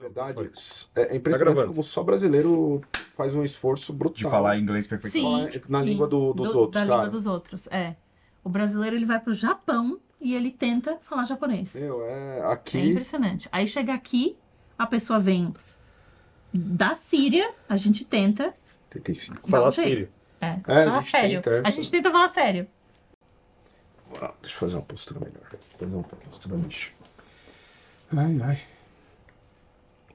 verdade, Tá é, é impressionante gravando. como só brasileiro faz um esforço brutal De falar inglês perfeitamente. Falar na língua do- dos outros, da cara. língua dos outros, é. O brasileiro, ele vai pro Japão e ele tenta falar japonês. Meu, é É aqui. impressionante. Aí chega aqui, a pessoa vem da Síria, a gente tenta. 85. Dá Falar um jeito. sírio. É, a falar gente sério. tenta, é. A gente tenta falar sério. Ah, Deixa eu fazer uma postura melhor. Vou fazer uma postura lixo. Ai, ai.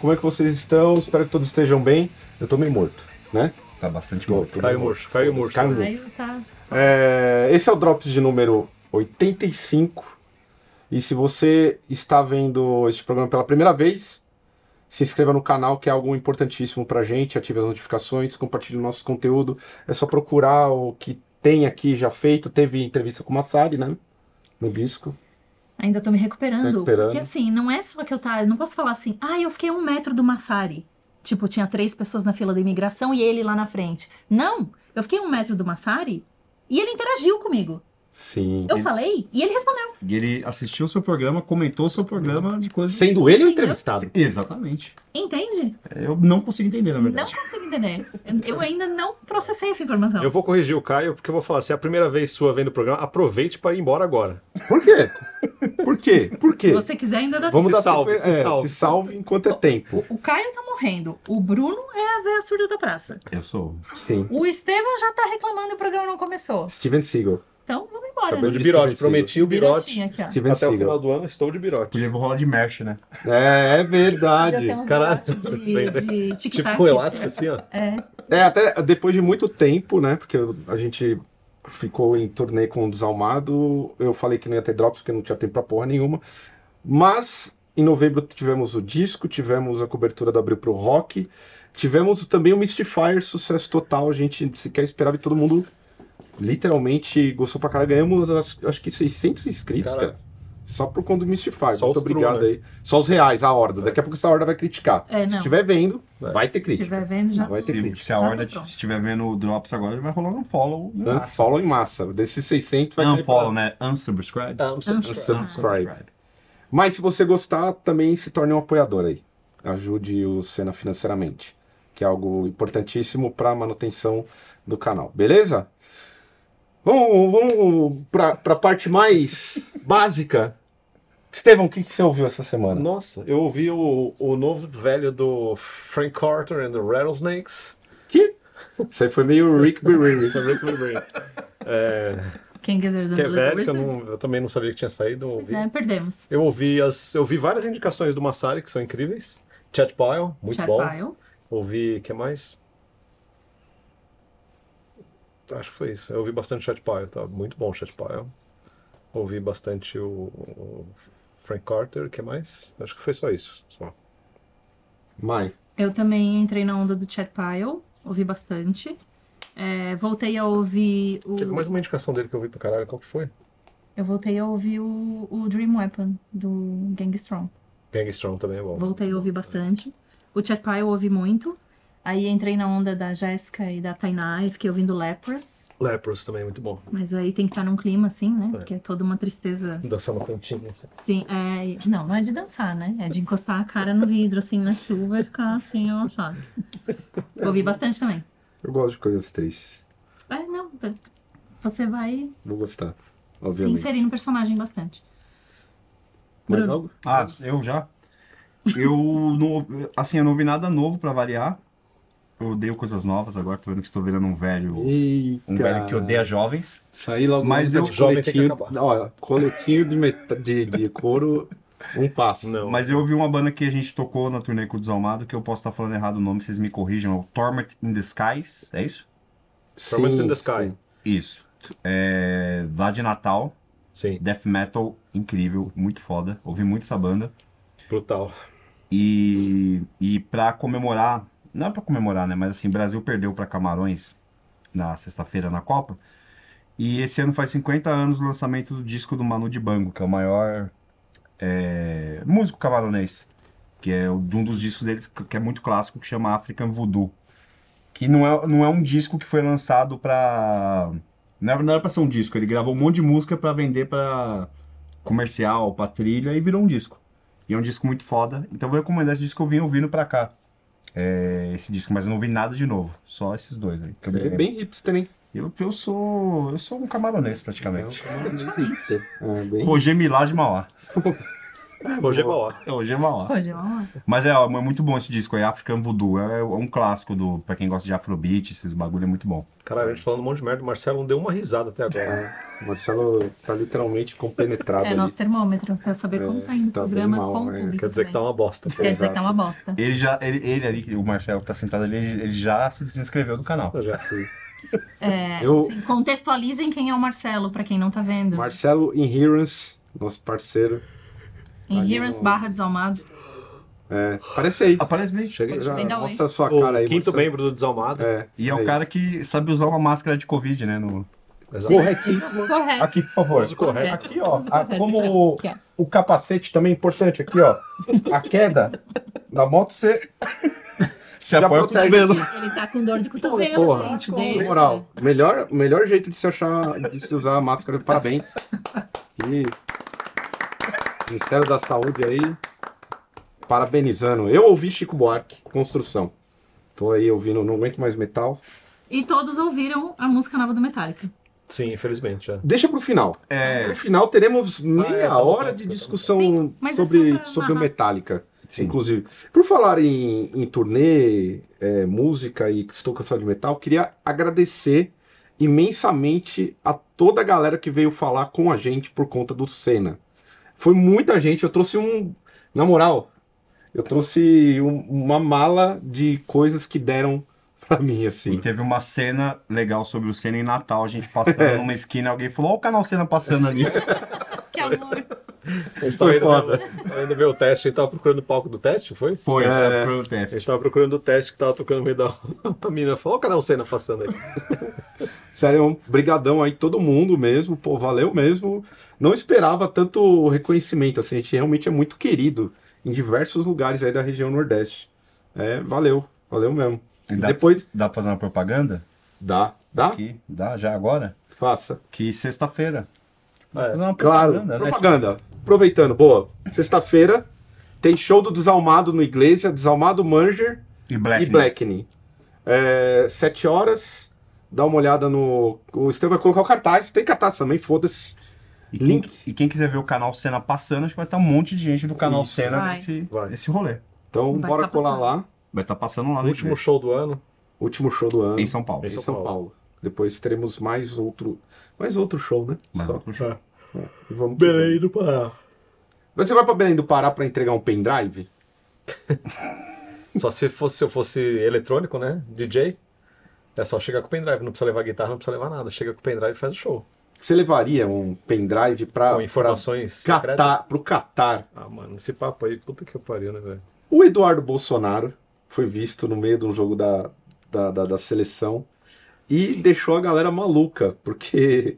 como é que vocês estão? Espero que todos estejam bem. Eu tô meio morto, né? Tá bastante Tô, bom. tô Caiu meio murcho, caiu murcho. Caiu Aí murcho. tá. É, esse é o Drops de número 85. E se você está vendo este programa pela primeira vez, se inscreva no canal, que é algo importantíssimo pra gente. Ative as notificações, compartilhe o nosso conteúdo. É só procurar o que tem aqui já feito. Teve entrevista com o Massari, né? No disco. Ainda tô me recuperando. Tá recuperando. Porque assim, não é só que eu tá. Eu não posso falar assim, ah, eu fiquei um metro do Massari. Tipo, tinha três pessoas na fila da imigração e ele lá na frente. Não! Eu fiquei um metro do Massari e ele interagiu comigo. Sim. Eu falei e ele respondeu. E ele assistiu o seu programa, comentou o seu programa de coisas. Sendo ele o entrevistado. Exatamente. Entende? Eu não consigo entender, na Não verdade. consigo entender. Eu- Eu ainda não processei essa informação. Eu vou corrigir o Caio, porque eu vou falar, se é a primeira vez sua vendo o programa, aproveite para ir embora agora. Por quê? Por quê? Por Se quê? você quiser, ainda dá Vamos Se dar salve, sequen- se é, salve. se salve enquanto é tempo. O Caio tá morrendo. O Bruno é a véia surda da praça. Eu sou. Sim. O Estevão já tá reclamando e o programa não começou. Steven Seagal. Então, vamos embora. Cabelo de Steven birote, Seagal. prometi o birote. Birotinha aqui, ó. Steven Até o final Seagal. do ano, estou de birote. Porque eu vou rolar de merch, né? É, é verdade. Já temos Cara, birote de, de tic-tac. Tipo um elástico assim, ó. É, até depois de muito tempo, né? Porque eu- a gente ficou em turnê com o Desalmado. Eu falei que não ia ter drops, porque não tinha tempo pra porra nenhuma. Mas em novembro tivemos o disco, tivemos a cobertura do Abril pro Rock. Tivemos também o Mystifier, sucesso total. A gente sequer esperava e todo mundo literalmente gostou pra caralho. Ganhamos acho acho que 600 inscritos, Caralho. cara. Só por conta do Mystifier. Só Muito os true, obrigado né? É. aí. Só os reais, a Horda. Daqui a pouco essa Horda vai criticar. É, Se não. estiver vendo, Vai. vai ter Se crítica. estiver vendo, já. Vai ter Se, crítica. se a Já tá Horda pronto. estiver vendo o Drops agora, vai rolar um follow. Né? Follow em massa. Desses 600 vai cair pra- Não, follow, né? Unsubscribe. Tá, um Unsubscribe. Subscribe. Mas se você gostar, também se torne um apoiador aí. Ajude o Senna financeiramente, que é algo importantíssimo para a manutenção do canal, beleza? Vamos, vamos para a parte mais básica. Estevão, o que, que você ouviu essa semana? Nossa, eu ouvi o, o novo velho do Frank Carter and the Rattlesnakes. Que? Isso aí foi meio Rick né? Berry. The Rick Rubin. É, Quem quiser dar que é um velho, que eu, laser, não- eu também não sabia que tinha saído. eu Pois Ouvi. é, perdemos. Eu ouvi as, eu vi várias indicações do Massari que são incríveis. Chat Pile, muito Chad bom. Pyle. Ouvi, o que mais? Acho que foi isso. Eu ouvi bastante Chat Pile, tá? Muito bom o Chat Pile. Ouvi bastante o, o Frank Carter, o que mais? Acho que foi só isso. Só. Mai. Eu também entrei na onda do Chad Pyle, ouvi bastante. É, voltei a ouvir o. Teve mais uma indicação dele que eu ouvi pra caralho, qual que foi? Eu voltei a ouvir o, o Dream Weapon do Gang Strong. Gang Strong também é bom. Voltei a ouvir bastante. O Chet Pie eu ouvi muito. Aí entrei na onda da Jéssica e da Tainá e fiquei ouvindo Lepros. Leprous também é muito bom. Mas aí tem que estar num clima assim, né? Porque é toda uma tristeza. Dançar no cantinho. assim. Sim, é... e- Não, não é de dançar, né? É de encostar a cara no vidro, assim, na chuva e ficar assim, ó, achado. Ouvi bastante também. Eu gosto de coisas tristes. É, não. Você vai Vou gostar. se Obviamente. inserir no personagem bastante. Mais Bruno. algo? Ah, eu já? Eu não. Assim, eu não vi nada novo pra variar. Eu odeio coisas novas agora, tô vendo que estou virando um velho. Um velho que odeia jovens. Isso aí logo Mas eu eu- jovem tem que coletinho, acabar. ó, coletinho de, meta- de, de couro, um passo. Não. Mas eu ouvi uma banda que a gente tocou na turnê com o Desalmado, que eu posso estar falando errado o nome, vocês me corrijam. É o Torment in the Skies, é isso? Torment in the Sky. Isso. É, lá de Natal, Sim, death metal incrível, muito foda. Ouvi muito essa banda. brutal. E, e para comemorar Não é pra comemorar, né? Mas assim, Brasil perdeu pra Camarões na sexta-feira na Copa. E esse ano faz 50 anos do lançamento do disco do Manu Dibango, que é o maior é, músico camaronês. Que é o- de um dos discos deles que é muito clássico, que chama African Voodoo. Que não é, não é um disco que foi lançado pra. Não era, não era pra ser um disco, ele gravou um monte de música pra vender pra comercial, pra trilha e virou um disco. E é um disco muito foda, então eu vou recomendar esse disco que eu vim ouvindo pra cá. É, esse disco, mas eu não ouvi nada de novo, só esses dois aí. É bem hipster, hein? Eu, eu sou. Eu sou um É camaronês é praticamente. É, bem... Roger Milá de Mauá. Hoje é Mauá. É Roger Mauá. Hoje, ó. Mas é, ó, é muito bom esse disco aí, African Voodoo. É, é um clássico do, pra quem gosta de Afrobeat, esses bagulho é muito bom. Caralho, a gente falando um monte de merda. O Marcelo não deu uma risada até agora. É, o Marcelo tá literalmente compenetrado É ali. nosso termômetro, pra É, saber como tá indo o tá bem programa mal, com o é. público. Quer dizer que também. tá uma bosta. Quer dizer que tá uma bosta. Ele já. Ele, ele ali, que- o Marcelo que tá sentado ali, ele, ele já se desinscreveu do canal. Eu já fui. É, Eu- assim, contextualizem quem é o Marcelo, pra quem não tá vendo. Marcelo Inherence, nosso parceiro. Em ali Heroes no- barra desalmado. É, aparece aí. Aparece bem. Chega Já Vem dar oi. mostra a sua O cara aí, quinto Marcelo. membro do Desalmado. É, E é aí. o cara que sabe usar uma máscara de Covid, né? No... Exato. Corretíssimo. Correto. Aqui, por favor. Uso correto. Aqui, ó. Uso a- correto. como o, Aqui, ó. o capacete também é importante. Aqui, ó. A queda da moto, você. Se apoia o protege. cotovelo. Ele tá com dor de cotovelo, Porra, gente. na Deixa. moral, melhor, melhor jeito de se achar, de se usar a máscara, parabéns. E Ministério da Saúde aí, parabenizando. Eu ouvi Chico Buarque, Construção. Tô aí ouvindo, não aguento mais metal. E todos ouviram a música nova do Metallica. Sim, infelizmente. É. Deixa pro final. É. No final teremos Ah, é, meia tá bom, hora tá de bom, tá discussão Sim, mas é sobre, só pra sobre o amarrar. Metallica, Sim. inclusive. Por falar em, em turnê, é, música e que estou cansado de metal, queria agradecer imensamente a toda a galera que veio falar com a gente por conta do Senna. Foi muita gente, eu trouxe um. Na moral, eu trouxe um- uma mala de coisas que deram pra mim, E assim. teve uma cena legal sobre o Senna em Natal, a gente passando numa esquina, alguém falou, ó o canal Senna passando ali. Que amor. Eles Foi tavam indo ver o- indo ver o teste, ele tava procurando o palco do teste, foi? Foi, É. é. pro A gente teste. tava procurando o teste que tava tocando no meio da a menina. Falou, ó, o canal Senna passando aí. Sério, um brigadão aí todo mundo mesmo, pô, valeu mesmo. Não esperava tanto reconhecimento, assim, a gente realmente é muito querido em diversos lugares aí da região Nordeste. É, valeu, valeu mesmo. E E dá- depois, Dá pra fazer uma propaganda? dá, dá, Aqui, dá já agora? faça. Que sexta-feira. Dá pra É. fazer uma Claro, propaganda, né? propaganda. Aproveitando, boa. Sexta-feira tem show do Desalmado no Iglesia, Desalmado Manger E Black. e Blackening. É, sete horas, dá uma olhada no... O Estevam vai colocar o cartaz, tem cartaz também, foda-se. E quem, Link. e quem quiser ver o canal Cena passando, acho que vai estar um monte de gente do canal Isso, Cena vai. nesse, Vai. nesse rolê. Então, Vai bora tá colar passando. lá. Vai estar passando lá no Último Twitter, show do ano. Último show do ano em São Paulo. em Em São, São Paulo. Depois teremos mais outro, mais outro show, né? Mas Só. outro show. E vamos que Belém do Pará. vamos. Você vai pra Belém do Pará pra entregar um pendrive? Só se, fosse, se eu fosse eletrônico, né? DJ. É só chegar com o pendrive. Não precisa levar guitarra, não precisa levar nada. Chega com o pendrive e faz o show. Você levaria um pendrive pra, com informações pra secretas. Catar, pro Catar? Ah, mano, esse papo aí, puta que eu pariu, né, velho? O Eduardo Bolsonaro foi visto no meio de um jogo da, da, da, da seleção e deixou a galera maluca, porque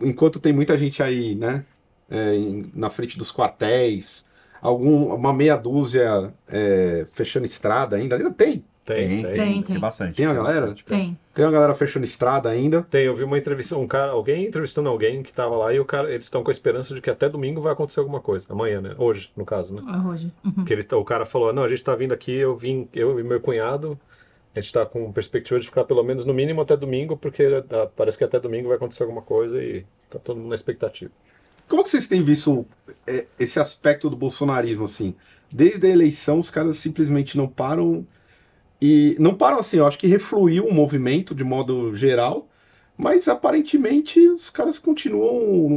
enquanto tem muita gente aí, né, é, em- na frente dos quartéis, algum, uma meia dúzia é, fechando estrada ainda, ainda tem, Tem, tem. Tem, tem. bastante. Tem uma galera? Tem. Tem uma galera fechando estrada ainda. Tem, eu vi uma entrevista, um cara, alguém entrevistando alguém que tava lá e o cara, eles estão com a esperança de que até domingo vai acontecer alguma coisa. Amanhã, né? Hoje, no caso, né? Ah, Hoje. Uhum. Que ele, tá- o cara falou: não, a gente tá vindo aqui, eu vim, eu e meu cunhado, a gente tá com perspectiva de ficar pelo menos no mínimo até domingo, porque ah, parece que até domingo vai acontecer alguma coisa e tá todo mundo na expectativa. Como que vocês têm visto é, esse aspecto do bolsonarismo, assim? Desde a eleição, os caras simplesmente não param. E não param assim, eu acho que refluiu o movimento de modo geral, mas aparentemente os caras continuam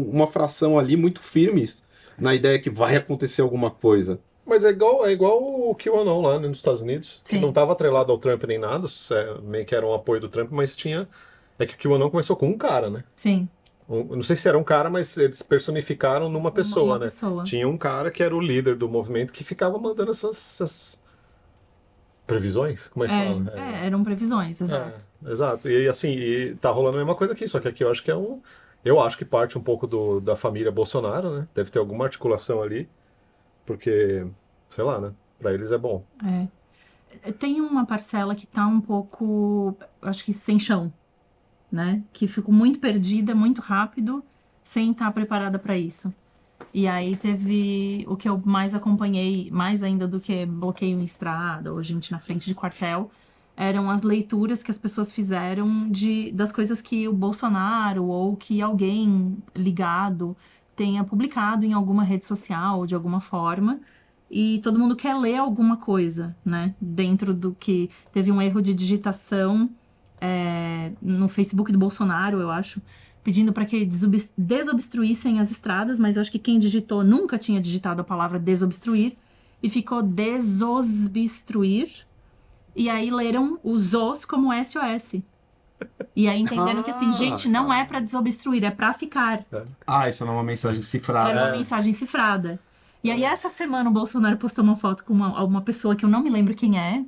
uma fração ali muito firmes na ideia que vai acontecer alguma coisa. Mas é igual, é igual o QAnon lá né, nos Estados Unidos, que Sim. não estava atrelado ao Trump nem nada, é, meio que era um apoio do Trump, mas tinha. É que o QAnon começou com um cara, né? Sim. Um- não sei se era um cara, mas eles personificaram numa pessoa, uma né? pessoa. Tinha um cara que era o líder do movimento que ficava mandando essas, essas Previsões? Como é que fala? É, é, eram previsões, exato. É, exato. E assim, e tá rolando a mesma coisa aqui, só que aqui eu acho que é um. Eu acho que parte um pouco do, da família Bolsonaro, né? Deve ter alguma articulação ali, porque, sei lá, né? Pra eles é bom. É. Tem uma parcela que tá um pouco, acho que sem chão, né? Que ficou muito perdida, muito rápido, sem estar preparada para isso. E aí teve o que eu mais acompanhei, mais ainda do que bloqueio em estrada ou gente na frente de quartel, eram as leituras que as pessoas fizeram de das coisas que o Bolsonaro ou que alguém ligado tenha publicado em alguma rede social de alguma forma. E todo mundo quer ler alguma coisa, né? Dentro do que teve um erro de digitação é, no Facebook do Bolsonaro, eu acho, pedindo para que desobs- desobstruíssem as estradas, mas eu acho que quem digitou nunca tinha digitado a palavra desobstruir e ficou desobstruir. E aí leram os os como SOS. E aí entenderam que assim, Ah, gente, não é para desobstruir, é para ficar. Ah, isso não é uma mensagem Era cifrada. É. uma mensagem cifrada. E aí, essa semana, o Bolsonaro postou uma foto com uma, uma pessoa que eu não me lembro quem é.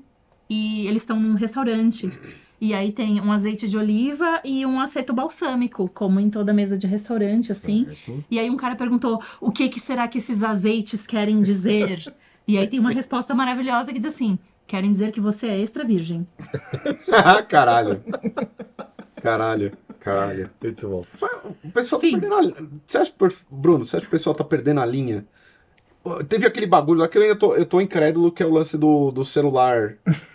E eles estão num restaurante. E aí tem um azeite de oliva e um aceto balsâmico, como em toda mesa de restaurante, assim. Certo. E aí um cara perguntou: o que, que será que esses azeites querem dizer? e aí tem uma resposta maravilhosa que diz assim: querem dizer que você é extra virgem. caralho. Caralho, caralho. Muito bom. O pessoal tá Fim. perdendo a você acha, per- Bruno, você acha que o pessoal tá perdendo a linha? Ô, Teve aquele bagulho lá que eu ainda tô, eu tô incrédulo, que é o lance do, do celular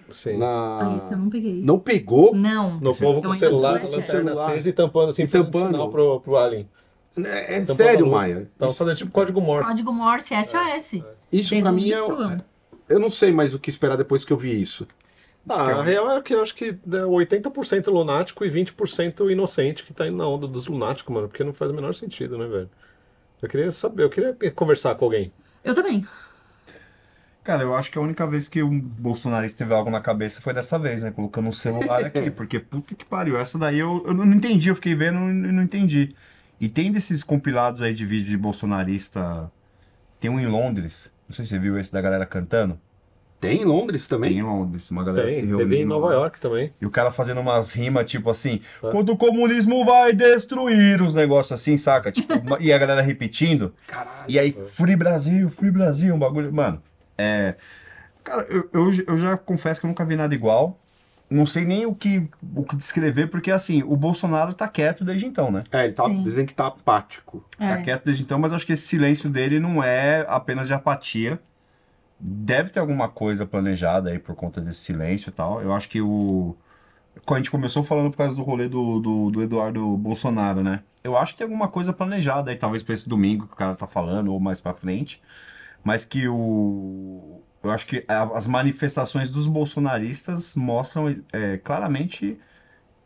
Sim. na... Ah, isso eu não peguei. Não pegou? Não. No povo Eu com ainda celular, não com sei. lanterna Celular. acesa e tampando assim, E fazendo tampando. sinal pro, pro Alien. Então É, é Tampando a sério, luz. Maia. Tava fazendo tipo código morto. Código Morse SOS. Isso pra assim mim é... Desobstruam. Eu não sei mais o que esperar depois que eu vi isso. um- Ah, a real é que eu acho que é 80% lunático e 20% inocente que tá indo na onda dos lunáticos, mano, porque não faz o menor sentido, né, velho? Eu queria saber, eu queria conversar com alguém. Eu também. Cara, eu acho que a única vez que um bolsonarista teve algo na cabeça foi dessa vez, né? Colocando um celular aqui, porque puta que pariu. Essa daí eu, eu não entendi, eu fiquei vendo e não, não entendi. E tem desses compilados aí de vídeo de bolsonarista. Tem um em Londres. Não sei se você viu esse da galera cantando. Tem em Londres Tem em também? Londres, uma galera se Tem, reunindo. teve em Nova York também. E o cara fazendo umas rimas, tipo assim, Ah. quando o comunismo vai destruir os negócios assim, saca? Tipo, uma- e a galera repetindo. Caralho. E aí, Free Brasil, Free Brasil, um bagulho. Mano, é. Cara, eu, eu, eu já confesso que eu nunca vi nada igual. Não sei nem o que, o que descrever, porque assim, o Bolsonaro tá quieto desde então, né? É, ele tá Sim. dizendo que tá apático. É. Tá quieto desde então, mas acho que esse silêncio dele não é apenas de apatia. Deve ter alguma coisa planejada aí por conta desse silêncio e tal. Eu acho que o. Quando a gente começou falando por causa do rolê do, do, do Eduardo Bolsonaro, né? Eu acho que tem alguma coisa planejada aí, talvez pra esse domingo que o cara tá falando, ou mais pra frente. Mas que o. Eu acho que a- as manifestações dos bolsonaristas mostram é, claramente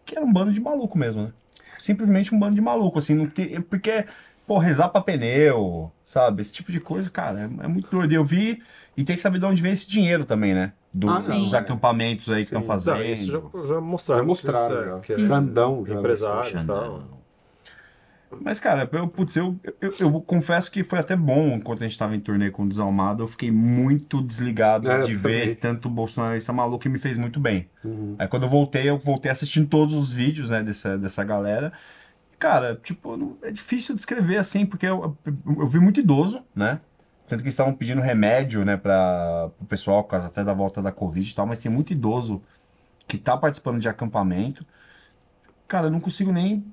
que era um bando de maluco mesmo, né? Simplesmente um bando de maluco, assim, não tem. Porque pô, rezar pra pneu, sabe? Esse tipo de coisa, cara, é, é muito doido. Eu vi, e tem que saber de onde vem esse dinheiro também, né? Do- Ah, sim. dos acampamentos aí que estão fazendo. Não, isso já, já mostraram. Já mostraram, já. Tá, Que é Grandão, já. empresário e Xandão. tal. Mas, cara, eu, putz, eu, eu, eu confesso que foi até bom enquanto a gente tava em turnê com o Desalmado. Eu fiquei muito desligado É, eu de também. ver tanto bolsonarista maluco e me fez muito bem. Uhum. Aí quando eu voltei, eu voltei assistindo todos os vídeos, né, dessa, dessa galera. Cara, tipo, não- é difícil descrever assim, porque eu, eu vi muito idoso, né? Tanto que eles estavam pedindo remédio, né, para o pessoal, por causa até da volta da Covid e tal, mas tem muito idoso que tá participando de acampamento. Cara, eu não consigo nem,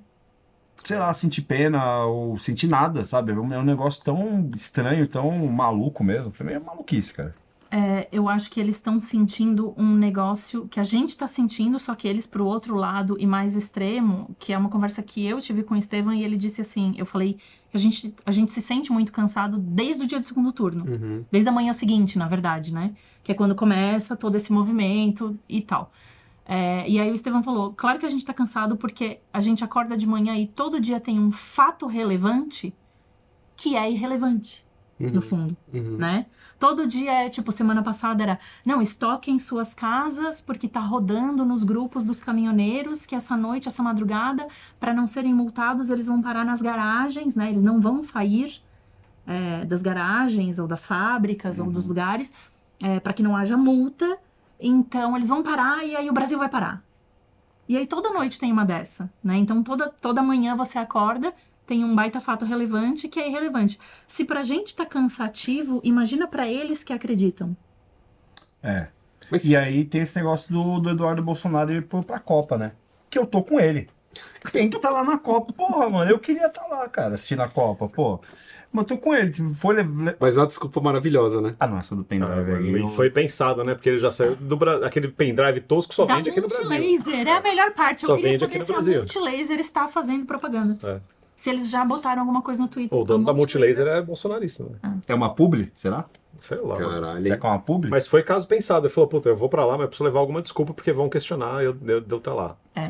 sei lá, sentir pena ou sentir nada, sabe? É um, é um negócio tão estranho, tão maluco mesmo. Pra mim é maluquice, cara. É, eu acho que eles estão sentindo um negócio que a gente está sentindo, só que eles pro outro lado e mais extremo, que é uma conversa que eu tive com o Estevam e ele disse assim, eu falei que a gente, a gente se sente muito cansado desde o dia do segundo turno. Uhum. Desde a manhã seguinte, na verdade, né? Que é quando começa todo esse movimento e tal. É, e aí o Estevão falou: claro que a gente tá cansado porque a gente acorda de manhã e todo dia tem um fato relevante que é irrelevante, no fundo Uhum. né? Todo dia é tipo, semana passada era, não, estoquem suas casas porque tá rodando nos grupos dos caminhoneiros que essa noite, essa madrugada, para não serem multados, eles vão parar nas garagens, né? Eles não vão sair é, das garagens ou das fábricas ou dos lugares é, para que não haja multa. Então eles vão parar e aí o Brasil vai parar. E aí toda noite tem uma dessa, né? Então toda, toda manhã você acorda, tem um baita fato relevante que é irrelevante. Se pra gente tá cansativo, imagina pra eles que acreditam. É. Mas- E aí tem esse negócio do, do Eduardo Bolsonaro ir pro- pra Copa, né? Que eu tô com ele. Tem que estar lá na Copa. Porra, mano, eu queria estar lá, cara, assistindo a Copa, pô. Mas tô com ele. Se Foi le- le- Mas é uma desculpa maravilhosa, né? Ah, não, essa do pendrive aí. É, E é um- eu- foi pensado, né? Porque ele já saiu do Brasil. Aquele pendrive tosco só da vende aqui no Brasil. multilaser, é a melhor parte. Só Eu queria vende aqui saber no se Brasil. a multilaser está fazendo propaganda. É. Se eles já botaram alguma coisa no Twitter. Um O dono A da Multilaser é bolsonarista, né? É uma publi? Será? Sei lá. mano. Será Caralho. que é uma publi? Mas foi caso pensado. Ele falou, puta, eu vou pra lá, mas preciso levar alguma desculpa, porque vão questionar eu, eu, de eu tá lá. já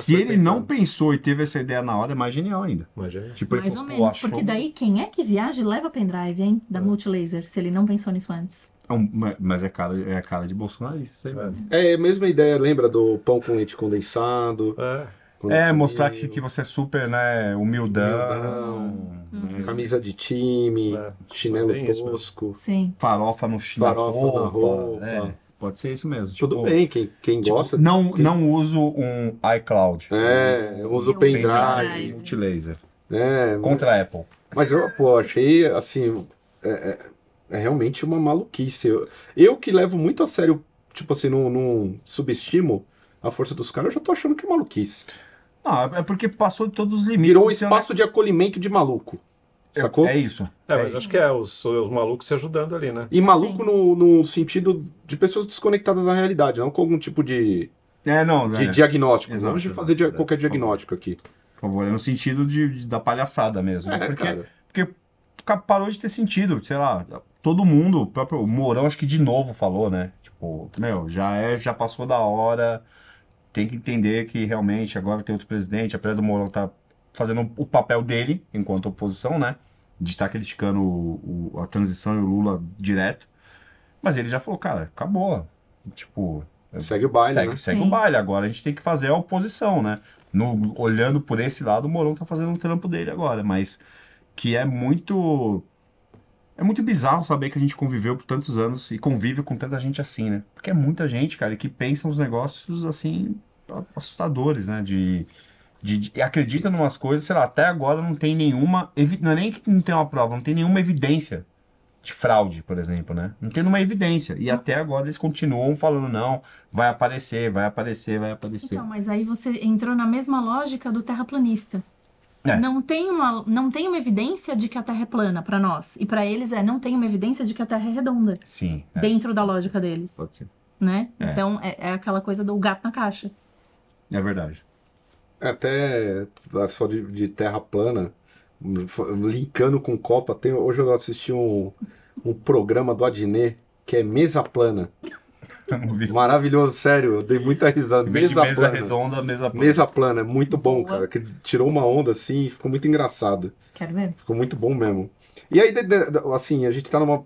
Se foi ele não pensado. pensou e teve essa ideia na hora, é mais genial ainda. Imagina. Tipo, ele Mais ou falou, pô, menos, achou- porque daí quem é que viaja e leva pendrive, hein? É. Da multilaser, se ele não pensou nisso antes. É um- ma- Mas é cara, é cara de bolsonarista, isso aí, mano. É a mesma ideia, lembra do pão com leite condensado? É. Quando É, frio, mostrar que, que você é super, né, humildão, né, Hum. Camisa de time, É, tipo, chinelo mas tem isso tosco. Sim. farofa no chinelo. Farofa na roupa. é, pode ser isso mesmo. Tudo tipo, bem, quem, quem tipo, gosta. não, quem- não uso um iCloud. É, eu uso Eu uso pendrive. pendrive. multilaser. É, Contra a Apple. Mas eu, pô, achei, assim, é, é- é realmente uma maluquice. Eu, eu que levo muito a sério, tipo assim, não, não subestimo a força dos caras, eu já tô achando que é maluquice. Não, é porque passou de todos os limites. Virou um do seu- espaço de acolhimento de maluco, sacou? É isso. É, mas acho que é os, os malucos se ajudando ali, né? E maluco no, no sentido de pessoas desconectadas da realidade, não com algum tipo de, É, não, de né, diagnóstico. Exato, Vamos de exato, é fazer dia- exato. qualquer diagnóstico aqui. por favor, é no sentido de, de- da palhaçada mesmo. É, porque cara. porque ca- parou de ter sentido, sei lá, todo mundo, o próprio Mourão acho que de novo falou, né? Tipo, meu, já é, já passou da hora, tem que entender que realmente agora tem outro presidente, apesar do Mourão tá fazendo o papel dele enquanto oposição, né? De estar criticando o- o- a transição e o Lula direto. Mas ele já falou, cara, acabou. Tipo, Segue o baile, segue, né? segue o Sim. baile. Agora a gente tem que fazer a oposição, né? No- olhando por esse lado, o Morão tá fazendo um trampo dele agora, mas que é muito. É muito bizarro saber que a gente conviveu por tantos anos e convive com tanta gente assim, né? Porque é muita gente, cara, que pensa uns negócios assim assustadores, né? De, de, de- e acredita em umas coisas, sei lá, até agora não tem nenhuma. evi- Não é nem que não tem uma prova, não tem nenhuma evidência de fraude, por exemplo, né? Não tem nenhuma evidência. E até agora eles continuam falando, não, vai aparecer, vai aparecer, vai aparecer. Então, mas aí você entrou na mesma lógica do terraplanista. É. Não, tem uma, não tem uma evidência de que a Terra é plana pra nós. E pra eles é, não tem uma evidência de que a Terra é redonda. Sim. é, Dentro da lógica deles, Pode ser. né? É. Então, é, é aquela coisa do gato na caixa. É verdade. É, Até as fotos de, de terra plana, f- linkando com Copa. Tem, hoje eu assisti um, um programa do Adnet, que é Mesa Plana. Eu não vi. Maravilhoso, sério. Eu dei muita risada. Em vez de Mesa, mesa Plana. redonda, mesa plana. Mesa Plana, é muito bom, Boa. cara. Que ele tirou uma onda assim e ficou muito engraçado. Quero ver. Ficou muito bom mesmo. E aí, de- de- assim, a gente tá numa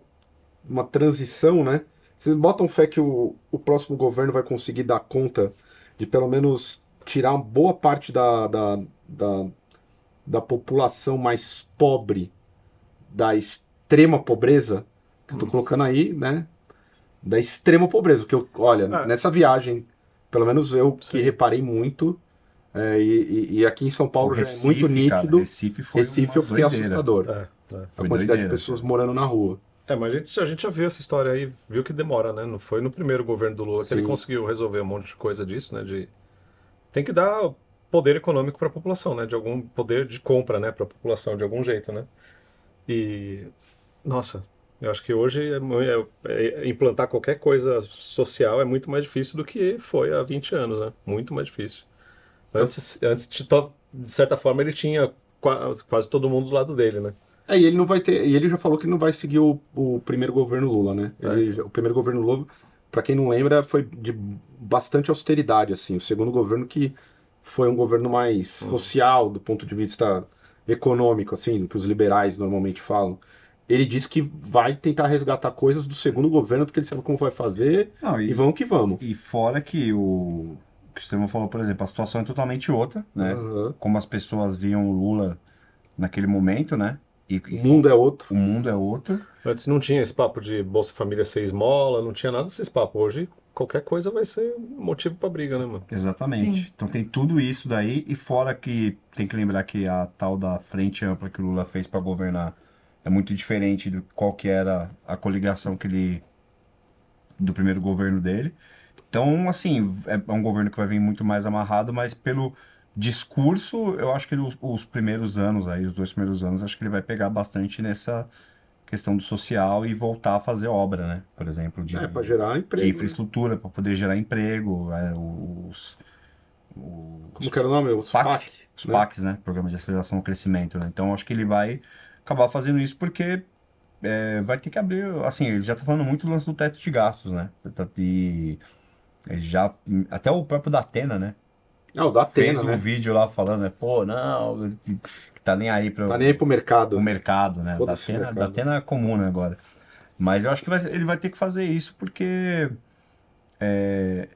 uma transição, né? Vocês botam fé que o, o próximo governo vai conseguir dar conta de pelo menos tirar uma boa parte da, da, da, da população mais pobre da extrema pobreza, que eu tô colocando aí, né? Da extrema pobreza, porque, eu, olha, Ah. nessa viagem, pelo menos eu que Sim. reparei muito, é, e, e- e aqui em São Paulo já é muito cara, nítido. Recife foi Recife uma eu fiquei doideira. assustador. É, é. A Foi quantidade de doideira, assim. pessoas morando na rua. É, mas a gente, a gente já viu essa história aí, viu que demora, né? Não foi no primeiro governo do Lula que ele Sim. conseguiu resolver um monte de coisa disso, né? De... Tem que dar poder econômico para a população, né? De algum poder de compra, né? Para a população, de algum jeito, né? E, nossa, eu acho que hoje é mu- é- é- implantar qualquer coisa social é muito mais difícil do que foi há 20 anos, né? Muito mais difícil. Antes, antes de, to- de certa forma, ele tinha qua- quase todo mundo do lado dele, né? É, e ele não vai ter. E ele já falou que não vai seguir o, o primeiro governo Lula, né? É, então. Ele- o primeiro governo Lula, pra quem não lembra, foi de bastante austeridade, assim. O segundo governo que foi um governo mais Hum. social do ponto de vista econômico, assim, que os liberais normalmente falam. Ele disse que vai tentar resgatar coisas do segundo governo, porque ele sabe como vai fazer, Não, e e, vamos que vamos. e fora que o que o Estevão falou, por exemplo, a situação é totalmente outra, né? Aham. Como as pessoas viam o Lula naquele momento, né? E, O e mundo é outro. o mundo é outro. Antes não tinha esse papo de Bolsa Família ser esmola, não tinha nada desses papos. Hoje qualquer coisa vai ser um motivo pra briga, né, mano? Exatamente. Então tem tudo isso daí, e fora que tem que lembrar que a tal da frente ampla que o Lula fez para governar é muito diferente do qual que era a coligação que ele. do primeiro governo dele. Então, assim, é é um governo que vai vir muito mais amarrado, mas pelo discurso, eu acho que ele- os, os primeiros anos aí, os dois primeiros anos, acho que ele vai pegar bastante nessa questão do social e voltar a fazer obra, né? Por exemplo, de, É, pra gerar de emprego. né? infraestrutura para poder gerar emprego, é, os, os, Como que era o nome? Os PAC, PAC. os né? PACs, né? Programa de Aceleração ao Crescimento, né? Então, acho que ele vai acabar fazendo isso porque é, vai ter que abrir, assim, ele já tá falando muito do lance do teto de gastos, né? Tá- E ele já, até o próprio da Atena, né? É, o da Fez Atena, um né? vídeo lá falando, né? Pô, não, que tá nem aí para Tá nem aí pro mercado. o mercado, né? Da Foda-se o Atena, mercado. da Atena é comum né, agora. Mas eu acho que vai- ele vai ter que fazer isso porque. é,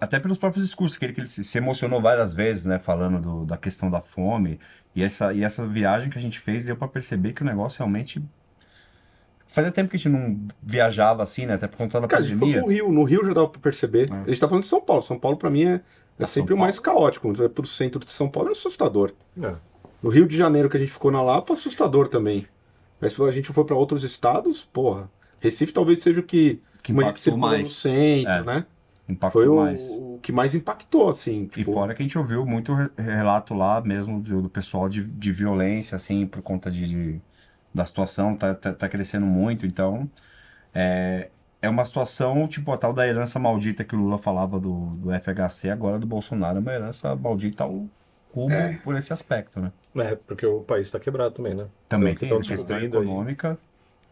até pelos próprios discursos, aquele que ele se, se emocionou várias vezes, né? Falando do- da questão da fome. E essa, e essa viagem que a gente fez deu pra perceber que o negócio realmente. Fazia tempo que a gente não viajava assim, né? Até por conta da Cara, a gente foi pandemia. pro Rio. No Rio já dava pra perceber. É. A gente tá falando de São Paulo. São Paulo, pra mim, é, é Ah, São sempre o Paulo. mais caótico. Quando você vai pro centro de São Paulo, é assustador. É. No Rio de Janeiro, que a gente ficou na Lapa, assustador também. Mas se a gente for pra outros estados, porra. Recife talvez seja o que, Que como a gente impactou circula no mais. centro, É. né? Impactou Foi o, mais. o que mais impactou, assim. E Tipo, fora que a gente ouviu muito re- relato lá mesmo do, do pessoal de, de violência, assim, por conta de, de- da situação, tá, tá, tá crescendo muito, então é, é uma situação, tipo, a tal da herança maldita que o Lula falava do, do FHC, agora do Bolsonaro, é uma herança maldita ao cubo por esse aspecto, né? É, porque o país tá quebrado também, né? Pelo Também que tem tão essa questão descobrindo aí. econômica,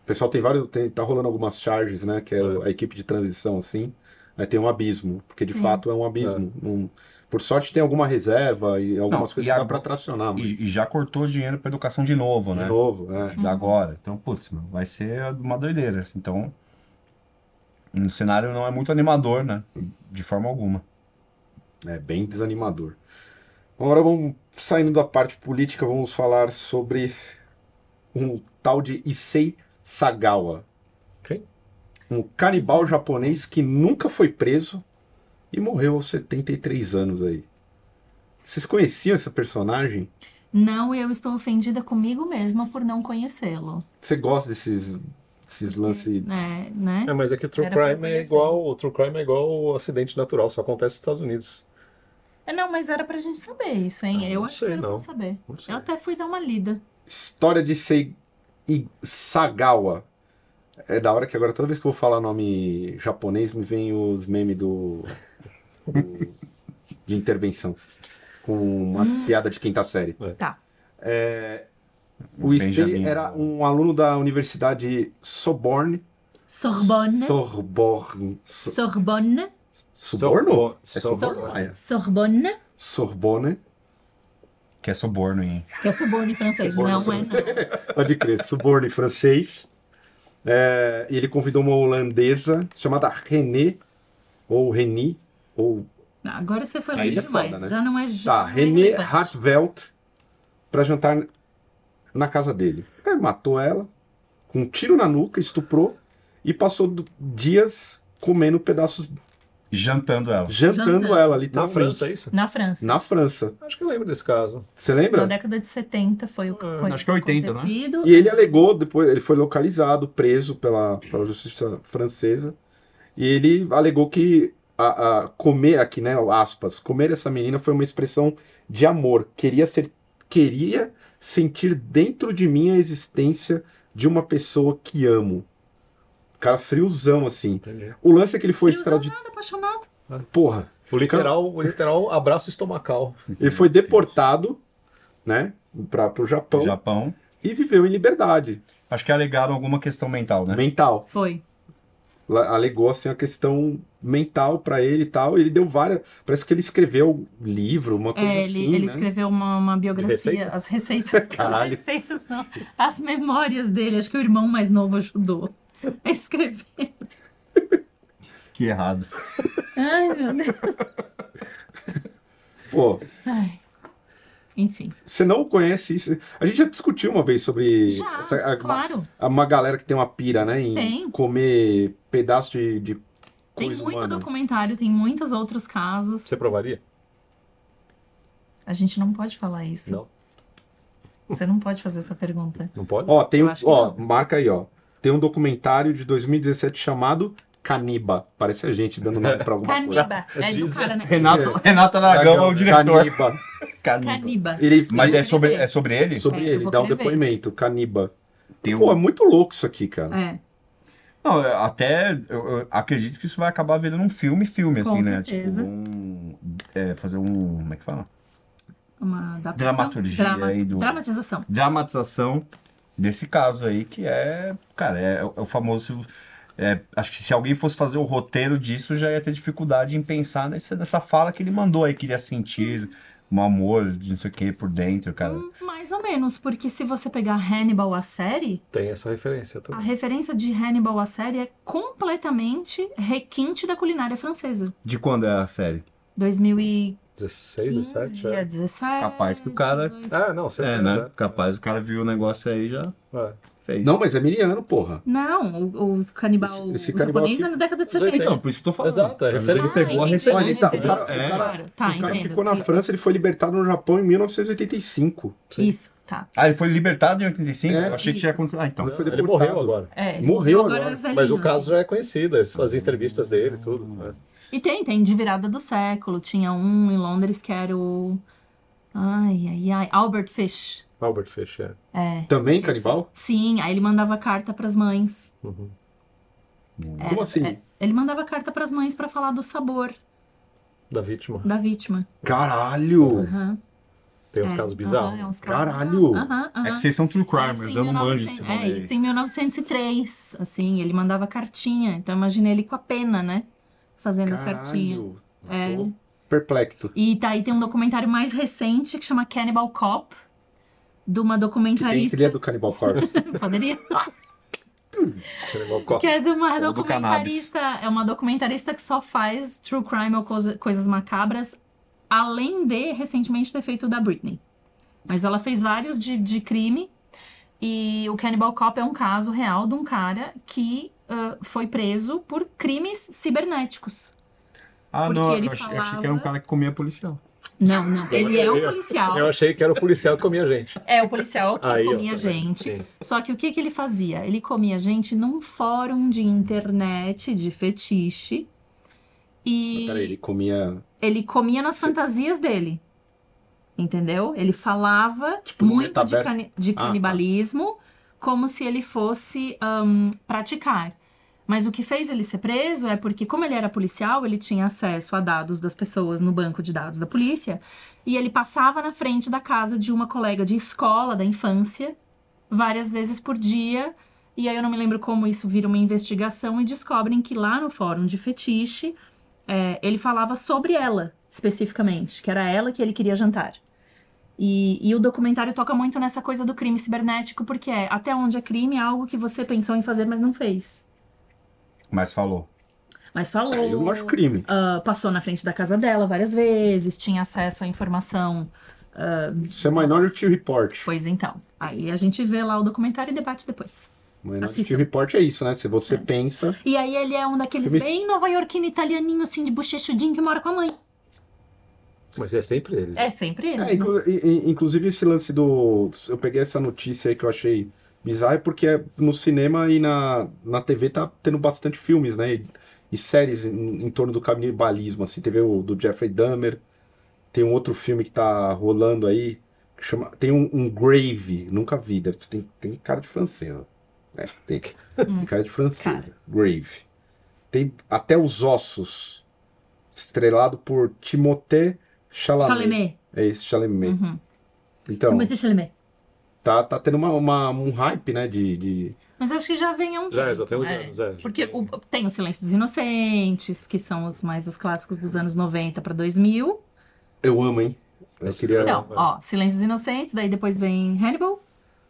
O pessoal tem vários. Tem, tá rolando algumas charges, né? Que é É. a equipe de transição, assim. Aí tem um abismo, porque de Sim. fato é um abismo. Não- por sorte tem alguma reserva e algumas Não, coisas e que dá agora- pra tracionar, mas. e, e já cortou dinheiro para educação de novo, né? De novo, é. Uhum. agora. Então, putz, meu, vai ser uma doideira. assim. Então, o cenário não é muito animador, né? De forma alguma. É bem desanimador. Agora vamos saindo da parte política, vamos falar sobre um tal de Issei Sagawa. Quem? Um canibal japonês que nunca foi preso e morreu aos 73 anos aí. Vocês conheciam esse personagem? Não, eu estou ofendida comigo mesma por não conhecê-lo. Você gosta desses, desses lances? É, né? É, mas é que o true Era pra crime é conhecer. igual. O true crime é igual o acidente natural, só acontece nos Estados Unidos. É, Não, mas era pra gente saber isso, hein? Ah, eu não acho sei, que era pra não. eu saber. Não sei. Eu até fui dar uma lida. História de Issei I- Sagawa. É da hora que agora toda vez que eu vou falar nome japonês me vem os memes do, do- de intervenção com uma piada de quinta série. Tá. O Issei Benjamin. era um aluno da universidade Soborne. Sorbonne. Sorborne. So- Sorbonne. Suborno? É Soborno. suborno? Ah, é. Sorbonne. Sorbonne. Que é soborno em. Que é suborno em francês, Suborno não é não. Pode crer, suborno em francês. É, e ele convidou uma holandesa chamada René, ou Reni, ou Não, Agora você foi Aí longe é foda, demais. né? Já não é já. tá, não é René relevante. Hartveld, para jantar na casa dele. É, matou ela, com um tiro na nuca, estuprou e passou do- dias comendo pedaços, Jantando ela. jantando, Jantando. ela Na literalmente. França, é isso? Na França. Na França. Acho que eu lembro desse caso. Você Na lembra? década de 70 foi o que Ah, foi acho que é 80, né? acontecido. E ele alegou, depois ele foi localizado, preso pela, pela justiça francesa, e ele alegou que a, a comer aqui, né, aspas, comer essa menina foi uma expressão de amor, queria ser queria sentir dentro de mim a existência de uma pessoa que amo. Cara friozão assim. Entendi. O lance é que ele foi Foi extraditado, nada, apaixonado. porra. O literal, o literal abraço estomacal. Ele foi deportado, né, para o Então- Japão Japão. e viveu em liberdade Acho que alegaram alguma questão mental, né? mental. Foi. la- alegou assim a questão mental pra ele e tal. Ele deu várias. Parece que ele escreveu um livro, uma coisa É, ele, assim. ele né? escreveu uma, uma biografia, receita? as receitas. as Caralho. receitas, não. As memórias dele. Acho que o irmão mais novo ajudou a escrever. Que errado. Ai, meu Deus. Pô, Ai. Enfim. você não conhece isso. A gente já discutiu uma vez sobre Já, essa- é a- claro. uma, uma galera que tem uma pira, né? Em Tem. comer pedaço de, de Tem coisa muito humana. documentário, tem muitos outros casos. Você provaria? A gente não pode falar isso. Não? Você não pode fazer essa pergunta. Não pode? Ó, tem Eu um, acho que ó, marca aí, ó. Tem um documentário de 2017 chamado Caniba. Parece a gente dando nome pra alguma coisa. Caniba. É do Diz- cara, né? Renato, Renato Aragão é o diretor. Caniba. Caniba. Caniba. Ele Mas ele- é sobre, é sobre ele? sobre É, eu ele, vou dá o querer ver. depoimento, Caniba. Tem um- Pô, é muito louco isso aqui, cara. É, Não, eu até eu, eu acredito que isso vai acabar virando um filme, filme, assim, Com né? certeza. Tipo, um, é, fazer um. Como é que fala? uma adaptação. Dramaturgia aí do- Dramatização. Dramatização desse caso aí, que é. Cara, é, é o famoso. é, acho que se alguém fosse fazer o roteiro disso, já ia ter dificuldade em pensar nessa, nessa fala que ele mandou aí, queria sentir um amor de não sei o que por dentro, cara. Hum, Mais ou menos, porque se você pegar Hannibal, a série, Tem essa referência tá? A também. referência de Hannibal à série é completamente requinte da culinária francesa. De quando é a série? 2015 16, 17? a É. 17. Capaz que o cara- 18. Ah, não, certeza. É, É, né? né? Capaz o cara viu o negócio aí e já É. fez. Não, mas é miliano, porra. Não, o, o canibal Esse- esse o canibal japonês aqui- é na década de Os 70. Então, por isso que eu tô falando. Exato, é Às vezes ele referência. pegou a Ah, entendi. referência. Olha, ele tá- o cara- É. Referência, o cara- claro. Tá, o cara entendo. ficou na Isso. França, ele foi libertado no Japão em 1985. Isso, tá. Ah, ele foi libertado em 85? É. eu achei que tinha acontecido. Ah, então. Ele foi Ele deportado. morreu agora. É, Morreu agora, é velhinho, Mas o assim. caso já é conhecido, as, as entrevistas dele e tudo. né? E tem, tem de virada do século. Tinha um em Londres que era o. Ai, ai, ai. Albert Fish. Albert Fish, é. É. Também, canibal? Sim, aí ele mandava carta pras mães. Uhum. É, Como assim? é, ele mandava carta pras mães pra falar do sabor Da vítima. da vítima. Caralho! Aham. Tem uns É, casos aham, bizarros. é uns casos Caralho! bizarros. Aham, aham. É que vocês são true crimers, Isso em eu não manjo 1900 esse É, rolê. isso em 1903, assim, ele mandava cartinha. Então imagina ele com a pena, né? Fazendo cartinha. Caralho! É. Tô perplexo. E tá aí tem um documentário mais recente que chama Cannibal Cop, de uma Que tem documentarista. trilha do Cannibal Corpse. Poderia? Canibal Cop. Que é de uma do documentarista. é uma documentarista que só faz true crime ou coisa- coisas macabras, além de recentemente ter feito o da Britney. Mas ela fez vários de, de crime. E o Cannibal Cop é um caso real de um cara que ah, foi preso por crimes cibernéticos. Ah, Porque não, ele eu achei, eu falava- achei que era um cara que comia policial. Não, não. Ele é o Eu- policial. Eu achei que era o policial que comia gente. É o policial que Aí, ó, comia tá vendo? gente. Sim. Só que o que, que ele fazia? Ele comia gente num fórum de internet de fetiche. E Peraí, ele comia. ele comia nas fantasias dele. Entendeu? Ele falava Tipo, no muito de, metaverso? cani- de tá. canibalismo, como se ele fosse ahn, praticar. Mas o que fez ele ser preso é porque, como ele era policial, ele tinha acesso a dados das pessoas no banco de dados da polícia. E ele passava na frente da casa de uma colega de escola da infância várias vezes por dia. E aí eu não me lembro como isso vira uma investigação e descobrem que lá no fórum de fetiche é, ele falava sobre ela especificamente, que era ela que ele queria jantar. E, e o documentário toca muito nessa coisa do crime cibernético, porque é até onde é crime é algo que você pensou em fazer, mas não fez. Mas falou. Mas falou. Ah, eu não acho crime. ah, passou na frente da casa dela várias vezes, tinha acesso à informação. Isso é Minority Report. Pois então. Aí a gente vê lá o documentário e debate depois. Minority Assistam. Report é isso, né? Se você pensa. E aí ele é um daqueles Filme- bem nova-iorquino italianinho, assim, de bochechudinho, que mora com a mãe. Mas é sempre eles. É sempre ele. É, inclu- i- i- inclusive esse lance do. Eu peguei essa notícia aí que eu achei bizarro, porque é no cinema e na, na TV tá tendo bastante filmes, né? E, e séries em, em torno do canibalismo, assim. Teve o do Jeffrey Dahmer, tem um outro filme que tá rolando aí, que chama. Tem um, um Grave, nunca vi, deve, tem, tem cara de francesa. né? tem, tem cara de francesa. Grave. Tem até Os Ossos, estrelado por Timothée Chalamet. Chalamet. É isso, Chalamet. Uhum. Então, Timothée Chalamet. tá, tá tendo uma, uma- um hype, né? De, de- Mas acho que já vem há um Já, tempo. já tem uns é. anos, é. Porque o- tem o Silêncio dos Inocentes, que são os mais os clássicos dos anos 90 para 2000. Eu amo, hein? Eu Esse é queria. cara- Então, ó, Silêncio dos Inocentes, daí depois vem Hannibal,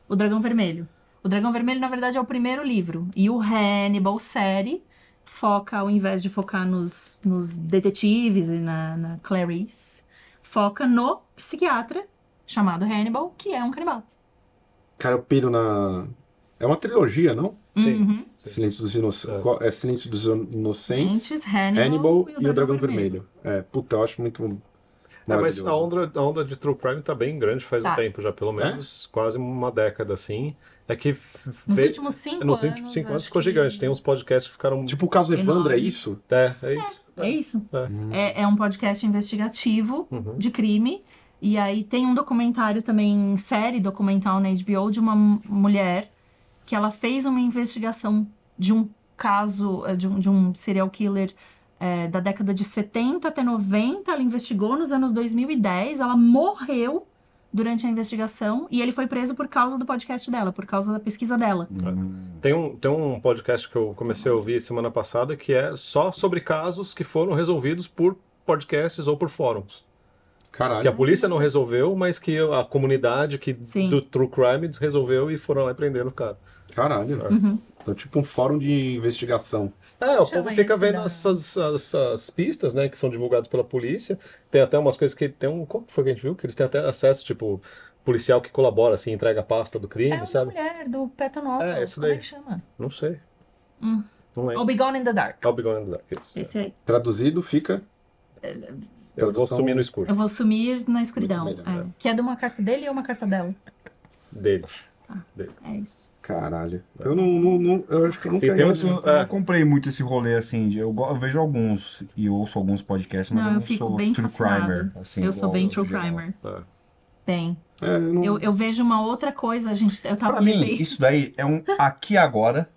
O Dragão Vermelho. O Dragão Vermelho, na verdade, é o primeiro livro. E o Hannibal série foca, ao invés de focar nos, nos detetives e na, na Clarice, foca no psiquiatra chamado Hannibal, que é um canibal. Cara, eu piro na. É uma trilogia, não? Sim. Uhum. Silêncio dos, Inoc... É. Qual- é Silêncio dos Inocentes, Antes, Hannibal, Hannibal e o Dragão Vermelho. É, puta, eu acho muito É, mas maravilhoso. a onda, a onda de True Crime tá bem grande faz um Tá. tempo já, pelo menos quase uma década, assim. É que f- Nos veio- últimos cinco nos anos. últimos cinco anos acho ficou que- gigante. Tem uns podcasts que ficaram. Tipo, o caso Evandro, é isso? É, é isso. É isso. É. É, é um podcast investigativo Uhum. de crime. E aí tem um documentário também, série documental na HBO, de uma m- mulher que ela fez uma investigação de um caso, eh, de um, de um serial killer eh, da década de 70 até 90. Ela investigou nos anos 2010, ela morreu durante a investigação e ele foi preso por causa do podcast dela, por causa da pesquisa dela. Tá. Tem, um, tem um podcast que eu comecei a ouvir semana passada que é só sobre casos que foram resolvidos por podcasts ou por fóruns. Que a Caralho. polícia não resolveu, mas que a comunidade que Sim. do True Crime resolveu e foram lá e prenderam o cara. Caralho. Uhum. Então, tipo um fórum de investigação. É, o Chama povo fica esse vendo da- essas, essas pistas, né, que são divulgadas pela polícia. Tem até umas coisas que tem um. Qual que foi que a gente viu? Que eles têm até acesso, tipo, policial que colabora, assim, entrega a pasta do crime, É uma sabe? mulher do Patton Oswalt, É, esse como daí. É. é que chama? Não sei. Hum. Não lembro. I'll Be Gone in the Dark. I'll be going in the dark, isso. Esse aí. Traduzido fica. Eu vou Tradução- sumir no escuro Eu vou sumir na escuridão. Muito bem, é. né? Que é de uma carta dele e uma carta dela. dele. É isso. Caralho. Eu não. não, não- eu acho que eu nunca. Tem- um- tem Eu, uns- eu- é. eu não comprei muito esse rolê assim. de- Eu, go- eu vejo alguns e ouço alguns podcasts, mas não, eu eu, não fico sou bem true fascinada. crimer. assim, eu sou igual bem ao true geral. crimer. É. Bem. É, eu não- Eu, eu vejo uma outra coisa, a gente. Eu tava Pra mim, meio- isso daí é um aqui e agora.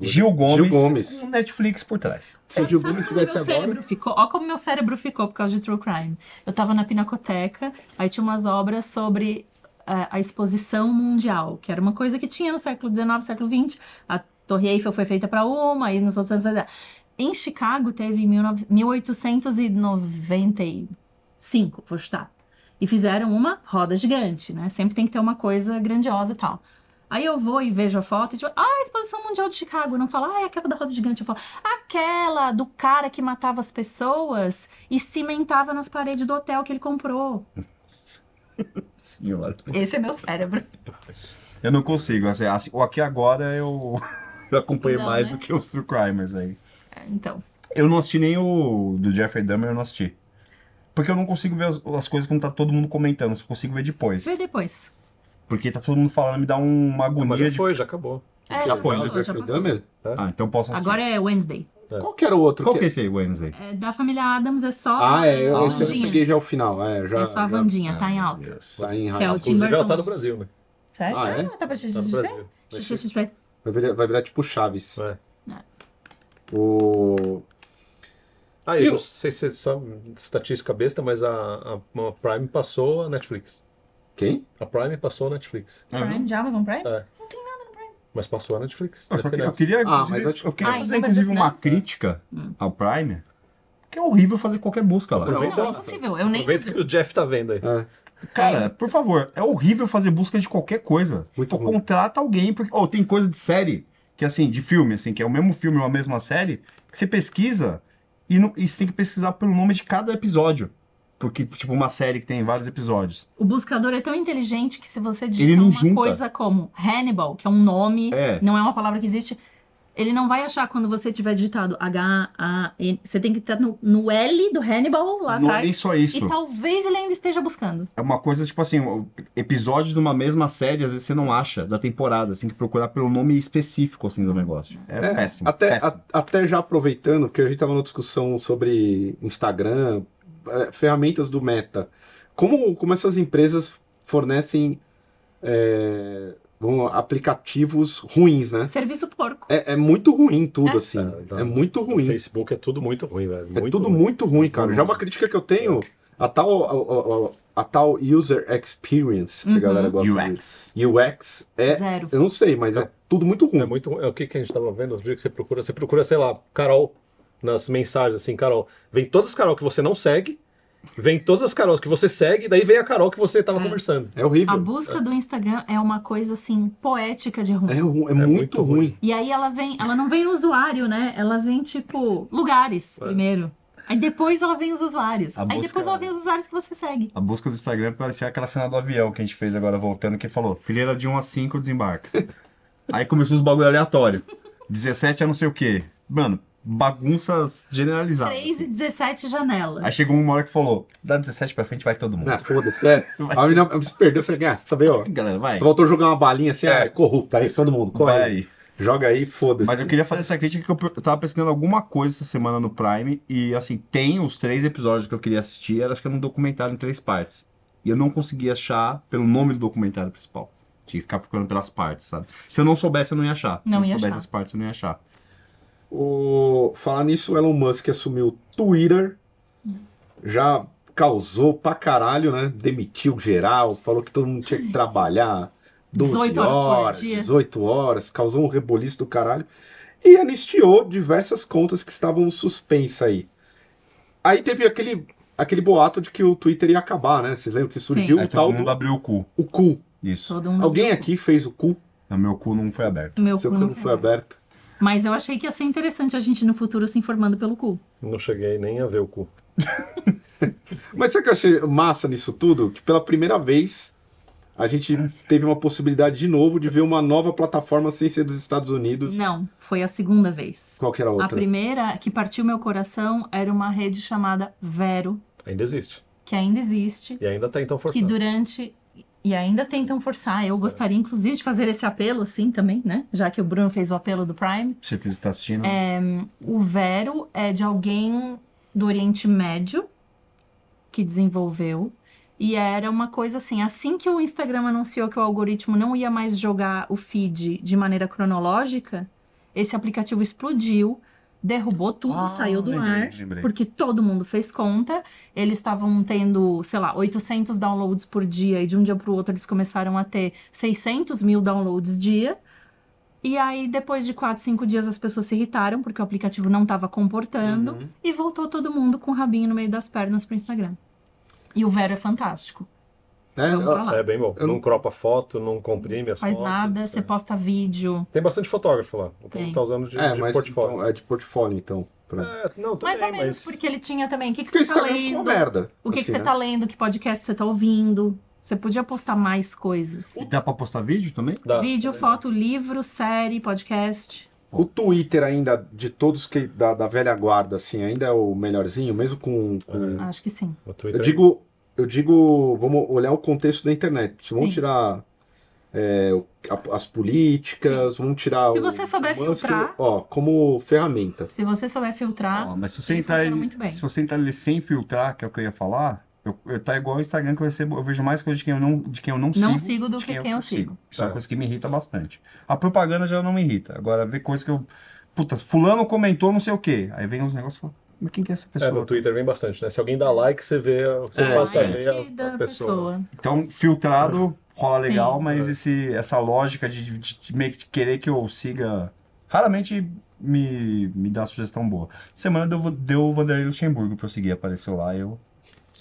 Gil Gomes, Gil Gomes. com Netflix por trás. Se o Sabe- Gil sabe Gomes como meu tivesse agora- cérebro ficou? Ó como meu cérebro ficou por causa de True Crime. Eu tava na Pinacoteca, aí tinha umas obras sobre eh, a exposição mundial, que era uma coisa que tinha no século XIX, século XX. A Torre Eiffel foi feita para uma, e nos outros anos... vai dar. Em Chicago teve em 19 1895, vou chutar. E fizeram uma roda gigante, né? Sempre tem que ter uma coisa grandiosa e tal. Aí eu vou e vejo a foto e tipo, ah, a exposição mundial de Chicago. Eu Não falo, ah, é aquela da roda gigante. Eu falo, aquela do cara que matava as pessoas e cimentava nas paredes do hotel que ele comprou. Senhora. Esse é meu cérebro. Eu não consigo. Assim, assim, o aqui e agora eu eu acompanho Não, mais né? do que os true crimers aí. É, Então, Eu não assisti nem o do Jeffrey Dahmer, eu não assisti. Porque eu não consigo ver as, as coisas quando tá todo mundo comentando, eu só consigo ver depois. vê depois. Porque tá todo mundo falando, me dá um- Mas uma agonia já de. foi, já acabou. É, Já foi, Mas o né? passou, já Jeffrey passou. Dahmer? Ah, então posso assistir. Agora é Wednesday. Qual que era o outro? Qual que que- é esse aí, Wednesday? É, da família Adams é só Ah, é. Eu, a esse eu Vandinha. peguei já o final. É, já, É só a já- Vandinha, tá em Ah, alta. Deus. Tá em Que é o Tim Inclusive, ela tá Burton. no Brasil, né? Sério? Ah, é? ela tá pra Tá no XXXP? Brasil. XXXP. Vai virar, vai virar tipo Chaves. É. O. Ah, eu Eu- não sei se você sabe estatística besta, mas a, a, a Prime passou a Netflix. Quem? A Prime passou a Netflix. Ah, Prime, de Amazon Prime? É. Não tem nada no Prime. Mas passou a Netflix. Eu, só que- eu Assinante. queria, Ah, inclusive, mas eu- eu queria Ah, em fazer, número inclusive, de uma assinantes, crítica Hum. ao Prime, que é horrível fazer qualquer busca lá. Então, Aproveita, Não, é impossível. Eu nem aproveita uso. que o Jeff tá vendo aí. É. Cara, por favor, é horrível fazer busca de qualquer coisa. Muito Então ruim. contrata alguém, porque. Ou tem coisa de série, que assim, de filme, assim, que é o mesmo filme ou a mesma série, que você pesquisa e, não, e você tem que pesquisar pelo nome de cada episódio. Porque, tipo, uma série que tem vários episódios. O buscador é tão inteligente que se você Ele digita não uma junta. coisa como Hannibal, que é um nome, É. não é uma palavra que existe, ele não vai achar quando você tiver digitado H-A-N. Você tem que estar no, no L do Hannibal lá não é atrás. só isso. E talvez ele ainda esteja buscando. É uma coisa, tipo assim, o- episódios de uma mesma série, às vezes você não acha da temporada. Você tem que procurar pelo nome específico, assim, do negócio. É, É, péssimo. Até, péssimo. a- até já aproveitando, porque a gente tava numa discussão sobre Instagram, eh, ferramentas do Meta. Como, como essas empresas fornecem eh, vamos lá, aplicativos ruins, né? Serviço porco. É, é muito ruim tudo, É. assim. É, então, é muito O ruim. Facebook é tudo muito ruim, velho. É Muito tudo ruim. muito ruim, cara. Já é Nossa. uma crítica que eu tenho a tal, a, a- a- a tal user experience que a galera gosta UX. de UX é, Zero. eu não sei, mas é tudo muito ruim. É muito ruim. É o que, que a gente tava vendo outro dia que você procura? Você procura, sei lá, Carol, nas mensagens, assim, Carol. Vem todas as Carol que você não segue, vem todas as Carols que você segue, daí vem a Carol que você tava É. conversando. É A horrível. busca do Instagram é uma coisa assim, poética de ruim. É, ru- é muito, muito ruim. ruim. E aí ela vem, ela não vem no usuário, né? Ela vem, tipo, lugares É. primeiro. Aí depois ela vem os usuários. A aí busca- é. depois ela vem os usuários que você segue. A busca do Instagram parecia aquela cena do avião que a gente fez agora voltando, que falou, fileira de 1 a 5 um desembarca. Aí começou os bagulho aleatório. 17 é não sei o quê. Mano, bagunças generalizadas. 3 e assim. 17 janela. Aí chegou uma hora que falou: dá 17 pra frente, vai todo mundo. Ah, foda-se, é. A menina se perdeu, você quer saber, "Ah, ó. Galera, vai. Voltou a jogar uma balinha assim, é, corrupta aí, todo mundo, corre. Vai. Joga aí, foda-se. Mas eu queria fazer essa crítica que eu pe- tava pesquisando alguma coisa essa semana no Prime e, assim, tem os três episódios que eu queria assistir, era acho que era um documentário em três partes. E eu não conseguia achar pelo nome do documentário principal. Tinha que ficar procurando pelas partes, sabe? Se eu não soubesse, eu não ia achar. Se Não eu não ia soubesse achar. as partes, eu não ia achar. O... Falar nisso, o Elon Musk assumiu o Twitter, já causou pra caralho, né? Demitiu geral, falou que todo mundo tinha que trabalhar 12 18 horas horas, por dia. 18 horas, causou um reboliço do caralho e anistiou diversas contas que estavam suspensas aí. Aí teve aquele, aquele boato de que o Twitter ia acabar, né? Vocês lembram que surgiu Aí o tal todo do mundo abriu o cu. o cu. Isso. Todo mundo. Alguém aqui fez o cu, O meu cu não foi aberto. um Meu seu cu cu não não foi foi. aberto. Mas eu achei que ia ser interessante a gente no futuro se informando pelo cu. Não cheguei nem a ver o cu. Mas sabe o que eu achei massa nisso tudo? Que pela primeira vez a gente teve uma possibilidade de novo de ver uma nova plataforma sem ser dos Estados Unidos. Não, foi a segunda vez. Qual que era a A outra? primeira que partiu meu coração era uma rede chamada Vero, Ainda existe. que ainda existe, E ainda tá então que forçado. durante. E ainda tentam forçar. Tá. Eu gostaria, inclusive, de fazer esse apelo, assim, também, né? Já que o Bruno fez o apelo do Prime. Você que está assistindo? É. O Vero é de alguém do Oriente Médio que desenvolveu. E era uma coisa assim, assim que o Instagram anunciou que o algoritmo não ia mais jogar o feed de maneira cronológica, esse aplicativo explodiu, derrubou tudo, Ah, saiu do lembrei, ar, lembrei. porque todo mundo fez conta. Eles estavam tendo, sei lá, 800 downloads por dia e de um dia para o outro eles começaram a ter 600 mil downloads dia. E aí, depois de 4, 5 dias, as pessoas se irritaram porque o aplicativo não estava comportando. Uhum. E voltou todo mundo com o rabinho no meio das pernas pro Instagram. E o Vero é fantástico. É, Vamos ó, pra lá. É bem bom. Eu não- Não cropa foto, não comprime as Ah, Faz fotos. nada, é. você posta vídeo. Tem bastante fotógrafo lá. O povo Tem. tá usando de, é, de mas portfólio. então, é de portfólio, então. Ah, pra- É, não, também, Mais ou menos, mas... porque ele tinha também. O que, que Porque o você tá Instagram ficou uma lendo? merda. O que, que assim, você né? tá lendo? Que podcast você tá ouvindo? Você podia postar mais coisas. E dá pra postar vídeo também? Dá. Vídeo, foto, livro, série, podcast. O Twitter ainda, de todos que da, da velha guarda, assim, ainda é o melhorzinho, mesmo com... com- Acho que sim. O É, Twitter Eu digo, eu digo, vamos olhar o contexto da internet. Vamos Sim. tirar é, o- a- as políticas, vamos tirar Se o- você souber o Musk, filtrar. Ó, como ferramenta. Se você souber filtrar, Ah, mas se você Tá? ele entrar funciona ele, muito bem. se você entrar ele sem filtrar, que é o que eu ia falar, eu, eu tá igual o Instagram que eu recebo, eu vejo mais coisa de quem eu não, de quem eu não, sigo, Não sigo do de que quem eu Isso é uma É. coisa que me irrita bastante. A propaganda já não me irrita. Agora ver coisa que eu puta, fulano comentou não sei o quê. Aí vem uns negócios, e fala, mas quem que é essa É, pessoa? no Twitter vem bastante, né? Se alguém dá like, você vê, a- você É, passa a sim. ver like a, a pessoa. da pessoa. Então, filtrado rola Sim. legal, É. mas esse essa lógica de, de- de meio que querer que eu siga raramente me, me dá sugestão boa. Semana deu, deu o Vanderlei Luxemburgo pra eu seguir, apareceu lá, eu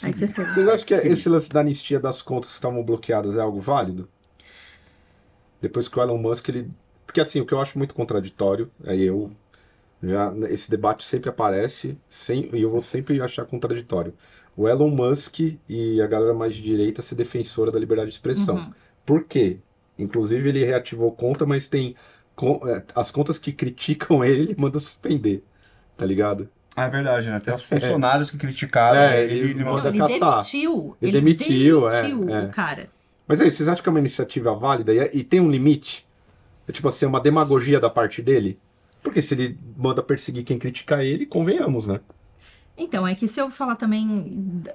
Aí que você fez. Vocês acham que é Sim. esse lance da anistia das contas que estavam bloqueadas é algo válido? Depois que o Elon Musk, ele. Porque assim, o que eu acho muito contraditório, aí eu. Já, esse debate sempre aparece, sem, e eu vou sempre achar contraditório. O Elon Musk e a galera mais de direita ser defensora da liberdade de expressão. Uhum. Por quê? Inclusive, ele reativou conta, mas tem con- eh, as contas que criticam ele, ele manda suspender. Tá ligado? Ah, é verdade, né? Até os funcionários que criticaram. É, ele, ele- ele não, manda- Não, ele caçar. demitiu. Ele demitiu, é, demitiu é. o cara. Mas aí, vocês acham que é uma iniciativa válida e, e tem um limite? É tipo assim, uma demagogia da parte dele? Porque se ele manda perseguir quem criticar ele, convenhamos, né? Então, é que se eu falar também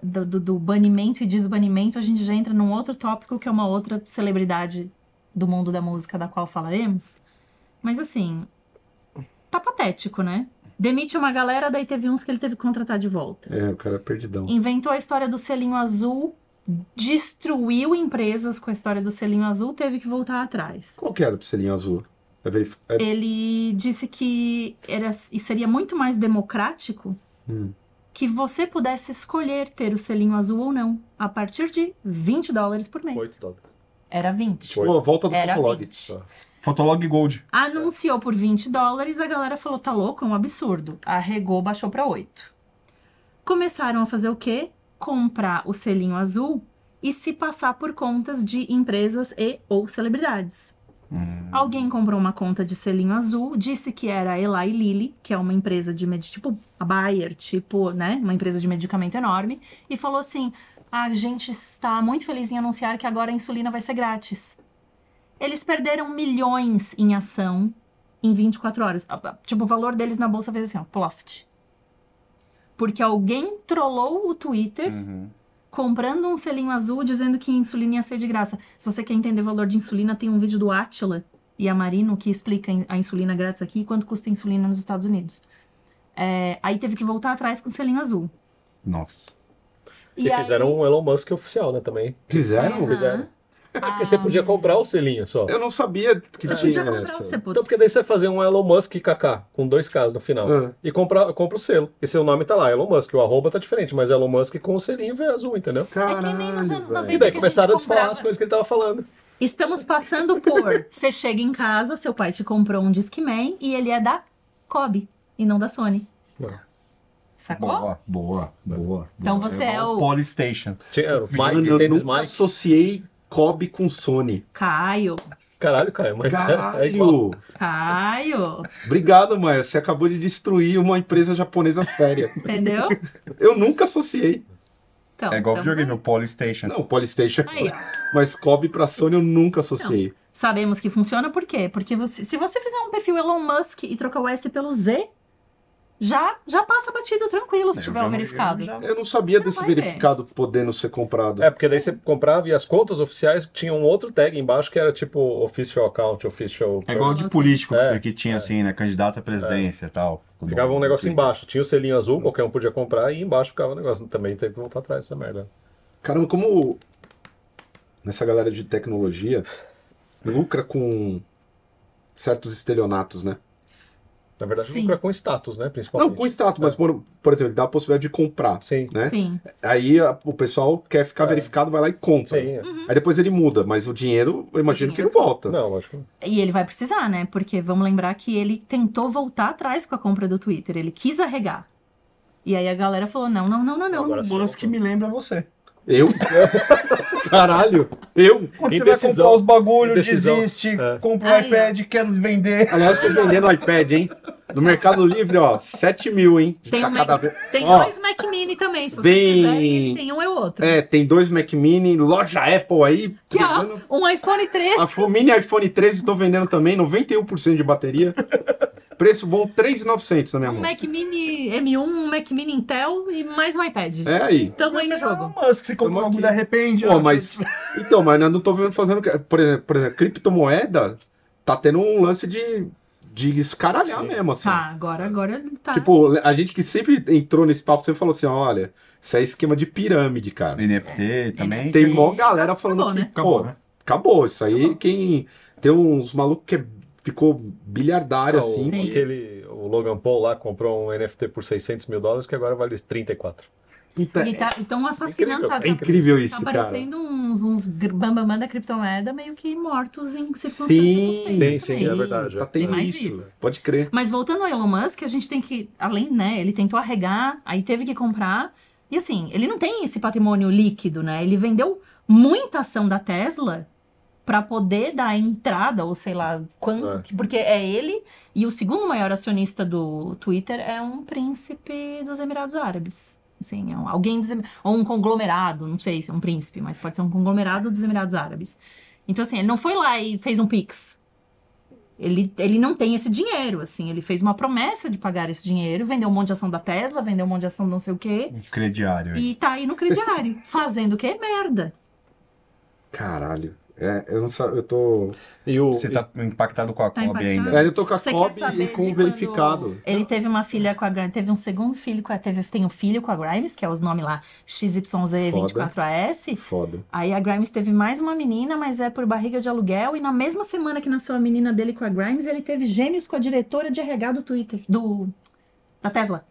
do, do- do banimento e desbanimento, a gente já entra num outro tópico que é uma outra celebridade do mundo da música da qual falaremos. Mas assim, tá patético, né? Demite uma galera, daí teve uns que ele teve que contratar de volta. É, o cara é perdidão. Inventou a história do selinho azul, destruiu empresas com a história do selinho azul, teve que voltar atrás Qual que era do selinho azul? É verif- é- ele disse que era, e seria muito mais democrático Hum. que você pudesse escolher ter o selinho azul ou não, a partir de 20 dólares por mês. 8 dólares. Era 20. Oito. Pô, volta do Era Fotolog. 20. Fotolog Gold. Anunciou por 20 dólares, a galera falou, tá louco, é um absurdo. Arregou, baixou pra 8. Começaram a fazer o quê? Comprar o selinho azul e se passar por contas de empresas e ou celebridades. Uhum. Alguém comprou uma conta de selinho azul, disse que era a Eli Lilly, que é uma empresa de med... tipo a Bayer, tipo, né, uma empresa de medicamento enorme, e falou assim: "A gente está muito feliz em anunciar que agora a insulina vai ser grátis". Eles perderam milhões em ação em 24 horas. A- a- Tipo, o valor deles na bolsa fez assim, ó, ploft. Porque alguém trollou o Twitter Uhum. comprando um selinho azul dizendo que insulina ia ser de graça. Se você quer entender o valor de insulina, tem um vídeo do Átila e a Marino que explica in- a insulina grátis aqui e quanto custa a insulina nos Estados Unidos. É, aí teve que voltar atrás com o selinho azul. Nossa. E, aí- fizeram um Elon Musk oficial, né, também. Fizeram? Aham. fizeram. Porque Ah, você podia comprar o selinho só. Eu não sabia que Você tinha podia comprar essa. o seu É Então, porque daí você fazia um Elon Musk KK, com dois Ks no final. Ah. E compra, compra o selo. E seu nome tá lá, Elon Musk. O arroba tá diferente, mas Elon Musk com o selinho verde azul, entendeu? É que nem nos Caralho, anos velho. E 90 daí que a começaram a gente desfalar comprava. as coisas que ele tava falando. Estamos passando por. Você chega em casa, seu pai te comprou um Discman e ele é da Kobe e não da Sony. Não. Sacou? Boa, boa, boa. Então boa. você Tá é o- Então, Polystation. Tinha o Mano, Mike, eu tênis nunca Mike. associei Kobe com Sony. Caio, Caralho, Caio, mas é- é, igual. Caralho! Caio, Obrigado, Maia. Você acabou de destruir uma empresa japonesa séria. entendeu? Eu nunca associei. Então, É igual estamos videogame, o Polystation. Não, Polystation. Aí, ó. Mas Kobe pra Sony eu nunca associei. Sabemos que funciona por quê? Porque você- se você fizer um perfil Elon Musk e trocar o S pelo Z, já, já passa batido tranquilo É, se Eu tiver já- o verificado. eu já- Eu não sabia Você desse vai ver. verificado podendo ser comprado. É, porque daí você comprava e as contas oficiais tinham um outro tag embaixo que era tipo official account, official. É igual de político É, que tinha assim, né? Candidato à presidência e tal. Ficava um negócio Sim. embaixo. Tinha o selinho azul, qualquer um podia comprar, e embaixo ficava o negócio. Também teve que voltar atrás dessa merda. Caramba, como nessa galera de tecnologia lucra com certos estelionatos, né? Na verdade, Sim. lucra com status, né? Não Principalmente. com status, mas por, por exemplo, dá a possibilidade de comprar, Sim. né? Sim. Aí a- o pessoal quer ficar verificado, vai lá e compra. É. Sim. é. Aí depois ele muda, mas o dinheiro, eu imagino O dinheiro que não volta. Não, lógico. que não. E ele vai precisar, né? Porque vamos lembrar que ele tentou voltar atrás com a compra do Twitter. Ele quis arregar. E aí a galera falou: não, não, não, não, não. Agora- Musk que me lembra você. Eu? Caralho, eu? Quando você vai Indecisão. comprar os bagulhos, Indecisão. desiste, É. compra um Aí, ó. iPad, quero vender. Aliás, tô vendendo iPad, hein? No Mercado Livre, ó, 7 mil, hein? Tem, Tá um cada Mac- vez- tem Ó, dois Mac Mini também, se vocês bem- quiserem, ele tem um e o outro. É, tem dois Mac Mini, loja Apple aí. Que ó, vendendo- um iPhone 13. A fo- mini iPhone 13 tô vendendo também, 91% de bateria. Preço bom, 3.900 na minha um mão. Mac Mini M1, um Mac Mini Intel e mais um iPad. É aí. Tamo aí no jogo. Musk, se compra Tamo um bagulho, aqui. arrepende. Pô, ó. mas então, mas eu não tô vendo fazendo, que- por exemplo, por exemplo, criptomoeda tá tendo um lance de de escaralhar Sim. mesmo assim. Tá, agora, agora tá. Tipo, a gente que sempre entrou nesse papo, sempre falou assim, olha, isso é esquema de pirâmide, cara. NFT também. Tem Sim. mó galera falando Acabou, que, né? pô, Acabou, né? acabou isso aí, quem tem uns malucos que é- ficou bilhardário Ah, o- assim, que- aquele, o Logan Paul lá comprou um NFT por 600 mil dólares que agora vale 34. Puta, E tá, então o assassinato incrível, tá, é incrível isso, tá cara. aparecendo uns, uns gr- bambamã da criptomoeda meio que mortos em circunstâncias Sim, suspeitas sim, também. é verdade, Tá é. tendo Tem mais isso. isso. Pode crer. Mas voltando ao Elon Musk, a gente tem que, além, né, ele tentou arregar, aí teve que comprar. E assim, ele não tem esse patrimônio líquido, né? Ele vendeu muita ação da Tesla para poder dar entrada, ou sei lá quanto, É. que- porque é ele e o segundo maior acionista do Twitter é um príncipe dos Emirados Árabes. Assim, é um- alguém dos, Em- ou um conglomerado, não sei se é um príncipe, mas pode ser um conglomerado dos Emirados Árabes. Então assim, ele não foi lá e fez um pix, ele, ele não tem esse dinheiro, assim. Ele fez uma promessa de pagar esse dinheiro, vendeu um monte de ação da Tesla, vendeu um monte de ação não sei o quê. Um crediário. É. aí. E tá aí no crediário, fazendo o quê? Merda. Caralho. É, eu não sei, eu tô. E o, Você tá impactado com a Tá Kobe impactado. ainda. né? É, eu tô com a Você Kobe quer saber e com de o verificado. quando Ele teve uma filha com a Grimes, teve um segundo filho com a... Teve, tem um filho com a Grimes, que é os nomes lá, XYZ24AS. Foda. Aí a Grimes teve mais uma menina, mas é por barriga de aluguel. E na mesma semana que nasceu a menina dele com a Grimes, ele teve gêmeos com a diretora de RH do Twitter, do... Da Tesla.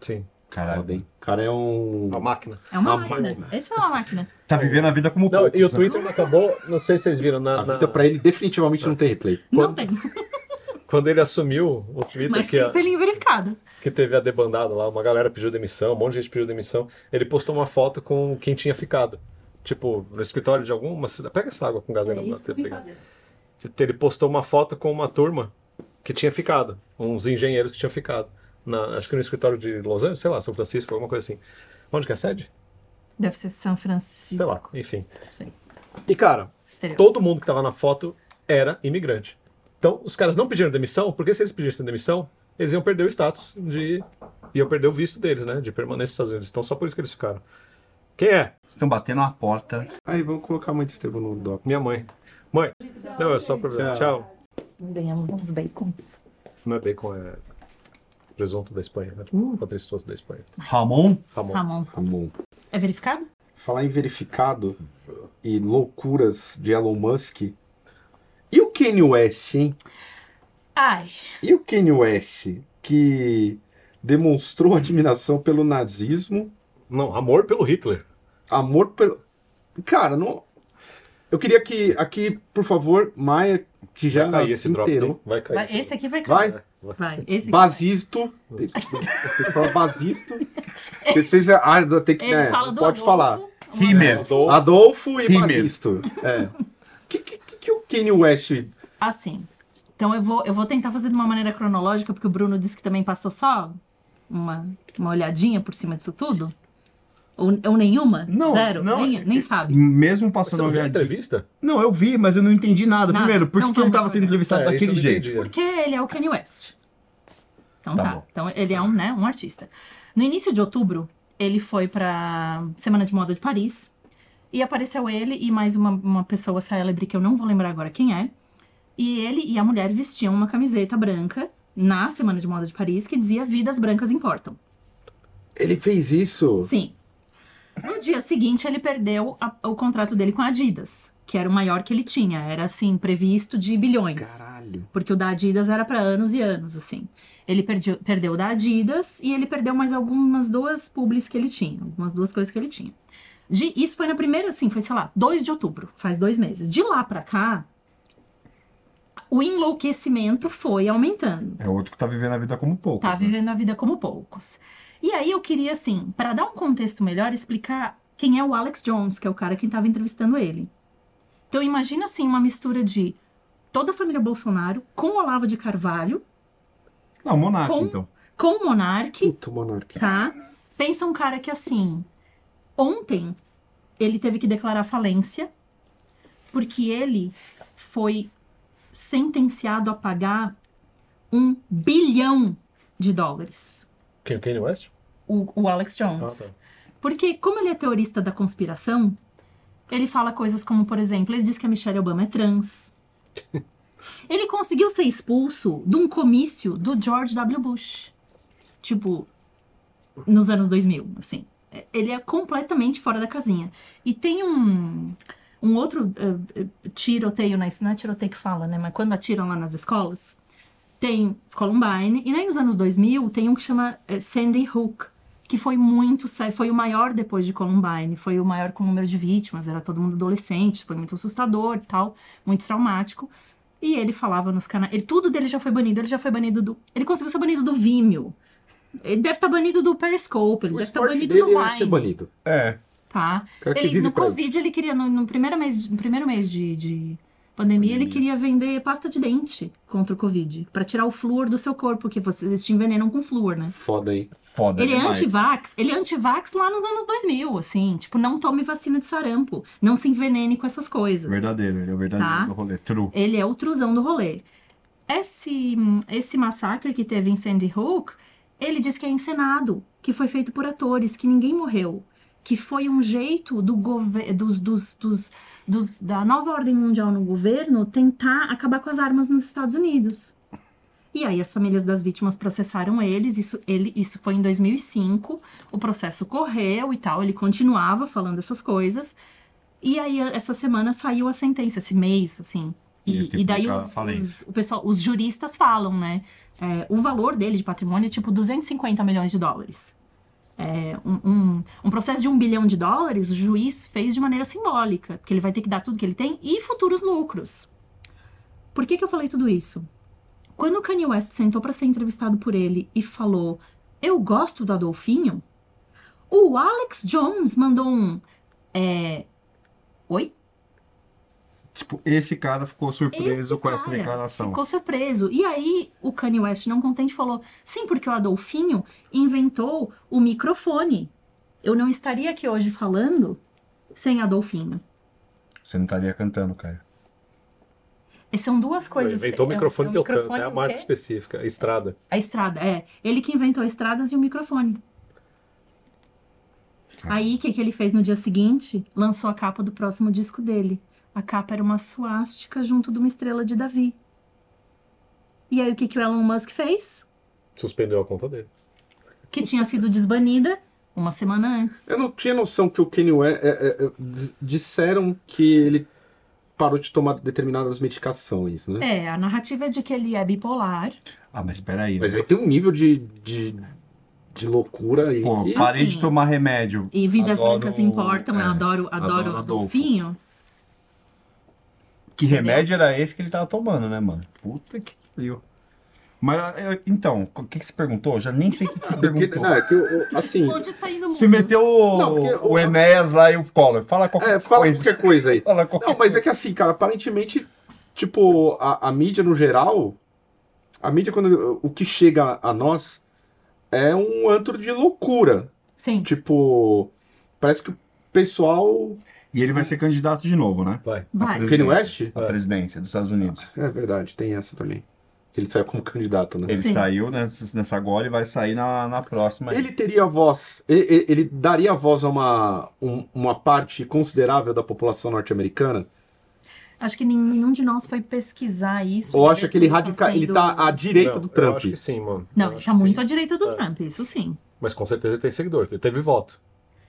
Sim. Foda, Caralho. hein? O cara é um. Uma máquina. É uma Uma máquina. máquina. Esse é uma máquina. Tá vivendo a vida como Não, poucos, e o né? Twitter acabou, não sei se vocês viram, na, A na- vida é pra ele definitivamente não tem replay. Não tem. quando ele assumiu o Twitter, Mas que, tem a- selinho verificado. que teve a debandada lá, uma galera pediu demissão, um monte de gente pediu demissão, ele postou uma foto com quem tinha ficado. Tipo, no escritório de alguma cidade. Pega essa água com gás aí na É isso que eu vim fazer. Ele postou uma foto com uma turma que tinha ficado, uns engenheiros que tinham ficado. na- acho que no escritório de Los Angeles, sei lá, São Francisco, alguma coisa assim. Onde que é a sede? Deve ser São Francisco. Sei lá, enfim. Sim. E cara, Estereótipo. todo mundo que tava na foto era imigrante. Então, os caras não pediram demissão, porque se eles pedissem demissão, eles iam perder o status de. iam perder o visto deles, né? De permanência nos Estados Unidos. Então, só por isso que eles ficaram. Quem é? Vocês estão batendo a porta. Aí vamos colocar a mãe de Estevam no doc. Minha mãe. Mãe. Não, é só problema. Tchau. Ganhamos uns bacons. Não é bacon, é presunto da Espanha, né? Patrício Tosto da Espanha. Ramon? Ramon. Ramon. Ramon. É verificado? Falar em verificado e loucuras de Elon Musk. E o Kanye West, hein? Ai. E o Kanye West, que demonstrou admiração pelo nazismo, Não, amor pelo Hitler. amor pelo. Cara, não. Eu queria que aqui, por favor, Maia, que já Vai cair esse drop, hein? inteiro. Vai cair. Vai- esse esse é aqui vai cair. Vai, Vai. Esse aqui. basisto. Tem que falar basisto. Porque Vocês ah, tem que, Ele né, fala do pode Adolfo, falar. um Himmler. Adolfo. drop. Adolfo e Himmler. basisto. É. Que, que, que- que o Kanye West. Assim. Então eu vou, eu vou tentar fazer de uma maneira cronológica, porque o Bruno disse que também passou só uma, uma olhadinha por cima disso tudo. Ou, ou nenhuma? Não, Zero? não. Nem, nem sabe. Mesmo Você passando Ah, não viu a olhadinha- entrevista? Não, eu vi, mas eu não entendi nada. Nada. Primeiro, por que Não que eu não vamos tava sendo olhar. entrevistado É, isso eu daquele não jeito? entendi. Porque ele é o Kanye West. Então Tá tá. bom. Então ele é um, né, um artista. No início de outubro, ele foi pra Semana de Moda de Paris. E apareceu ele e mais uma, uma pessoa célebre que eu não vou lembrar agora quem é. E ele e a mulher vestiam uma camiseta branca na Semana de Moda de Paris que dizia Vidas Brancas Importam. Ele fez isso. Sim. No dia seguinte, ele perdeu a- o contrato dele com a Adidas, que era o maior que ele tinha. Era, assim, previsto de bilhões. Caralho. Porque o da Adidas era para anos e anos, assim. Ele perdi- perdeu o da Adidas e ele perdeu mais algumas duas publis que ele tinha, algumas duas coisas que ele tinha. De- isso foi na primeira, assim, foi, sei lá, 2 de outubro, faz dois meses. De lá pra cá, o enlouquecimento foi aumentando É outro que tá vivendo a vida como né? pouco. tá vivendo a vida como poucos. E aí eu queria, assim, para dar um contexto melhor, explicar quem é o Alex Jones, que é o cara que estava entrevistando ele. Então imagina, assim, uma mistura de toda a família Bolsonaro com Olavo de Carvalho, Não, Monarca, Com- então. com o Monark, Puta, monarca. tá? Pensa um cara que, assim, ontem ele teve que declarar falência porque ele foi sentenciado a pagar um bilhão de dólares. Quem? Kanye West? o, o Alex Jones. Ah, tá. Porque, como ele é teorista da conspiração, ele fala coisas como, por exemplo, ele diz que a Michelle Obama é trans. ele conseguiu ser expulso de um comício do George W. Bush. Tipo, nos anos 2000, assim. É- Ele é completamente fora da casinha. E tem um, um outro eh, eh, tiroteio, na, não é tiroteio que fala, né? Mas quando atiram lá nas escolas, tem Columbine. E aí nos anos 2000 tem um que chama eh, Sandy Hook, que foi muito sério, foi o maior depois de Columbine, foi o maior com número de vítimas, era todo mundo adolescente, foi muito assustador e tal, muito traumático. E ele falava nos canais, ele, tudo dele já foi banido, ele já foi banido do, ele conseguiu ser banido do Vimeo. Ele deve estar banido do Periscope, ele O deve estar esporte banido do dele ia ser Vine, banido. É. tá? Cara que Ele, vive no pra isso. Covid, ele queria, no, no primeiro mês, no primeiro mês de, de pandemia, ele queria vender pasta de dente contra o Covid, pra tirar o flúor do seu corpo, porque vocês te envenenam com flúor, né? Foda, hein? Foda Ele é demais. anti-vax, ele é anti-vax lá nos anos 2000, assim, tipo, não tome vacina de sarampo, não se envenene com essas coisas. Verdadeiro, ele é o verdadeiro Tá. do rolê. True. Ele é o truzão do rolê. Esse, esse massacre que teve em Sandy Hook, ele diz que é encenado, que foi feito por atores, que ninguém morreu. Que foi um jeito do gove- dos, dos, dos, dos- da nova ordem mundial no governo tentar acabar com as armas nos Estados Unidos. E aí as famílias das vítimas processaram eles, isso, ele, isso foi em 2005, o processo correu e tal, ele continuava falando essas coisas. E aí essa semana saiu a sentença, esse mês, assim. Ia E, ter que e daí pagar a os, os, falência. o pessoal, os juristas falam, né? É, o valor dele de patrimônio é tipo 250 milhões de dólares. É, um, um- um processo de um bilhão de dólares, o juiz fez de maneira simbólica, porque ele vai ter que dar tudo que ele tem e futuros lucros. Por que, que eu falei tudo isso? Quando o Kanye West sentou para ser entrevistado por ele e falou: Eu gosto do Adolfinho, o Alex Jones mandou um. É. Oi? Tipo, esse cara ficou surpreso Esse com essa cara declaração. Ficou surpreso. E aí, o Kanye West, não contente, falou: sim, porque o Adolfinho inventou o microfone. Eu não estaria aqui hoje falando sem Adolfinho. Você não estaria cantando, cara. E são duas coisas. Inventou o É, microfone é que eu canto, microfone, é a o marca quê? específica, a estrada. A estrada, é. Ele que inventou a estradas e o microfone. Tá. Aí, o que, que ele fez no dia seguinte? Lançou a capa do próximo disco dele. A capa era uma suástica junto de uma estrela de Davi. E aí, o que, que o Elon Musk fez? Suspendeu a conta dele. Que tinha sido desbanida uma semana antes. Eu não tinha noção que o Kanye West... é, é, é, dis- disseram que ele parou de tomar determinadas medicações, né? É, a narrativa é de que ele é bipolar. Ah, mas É. peraí. Mas Né? aí tem um nível de, de, de loucura aí Pô, que... parei Assim. de tomar remédio. E Vidas Adoro- Brancas Importam, é, eu adoro adoro, adoro o Adolfo. Adolfinho. Que remédio era esse que ele tava tomando, né, mano? Puta que pariu. Mas, eu- então, o que, que você perguntou? Eu já nem sei o que, que você Ah, porque- perguntou. não, é que eu- eu- assim, Onde está indo o mundo? Se meteu o, Não, porque o, o- Enéas lá e o Collor. Fala qualquer é, fala coisa. qualquer coisa aí. Fala qualquer Não, mas é que assim, cara, aparentemente, tipo, a, a mídia no geral, a mídia, quando o que chega a nós é um antro de loucura. Sim. Tipo, parece que o pessoal. E ele vai ser candidato de novo, né? Vai. Vai. Presidente. Kanye West? A presidência dos Estados Unidos. É verdade, tem essa também. Ele saiu como candidato, né? Ele Sim. saiu nessa, nessa agora e vai sair na, na próxima. aí. Ele teria voz, e- e- ele, daria voz a uma, um- uma parte considerável da população norte-americana? Acho que nenhum de nós foi pesquisar isso. é Ou pra acha ver que se ele radica, ele tá à sendo- direita Não, do Eu Trump? acho que sim, mano. Eu Não, ele acho tá que muito sim. à direita do É. Trump, isso sim. Mas com certeza ele tem seguidor, ele teve voto.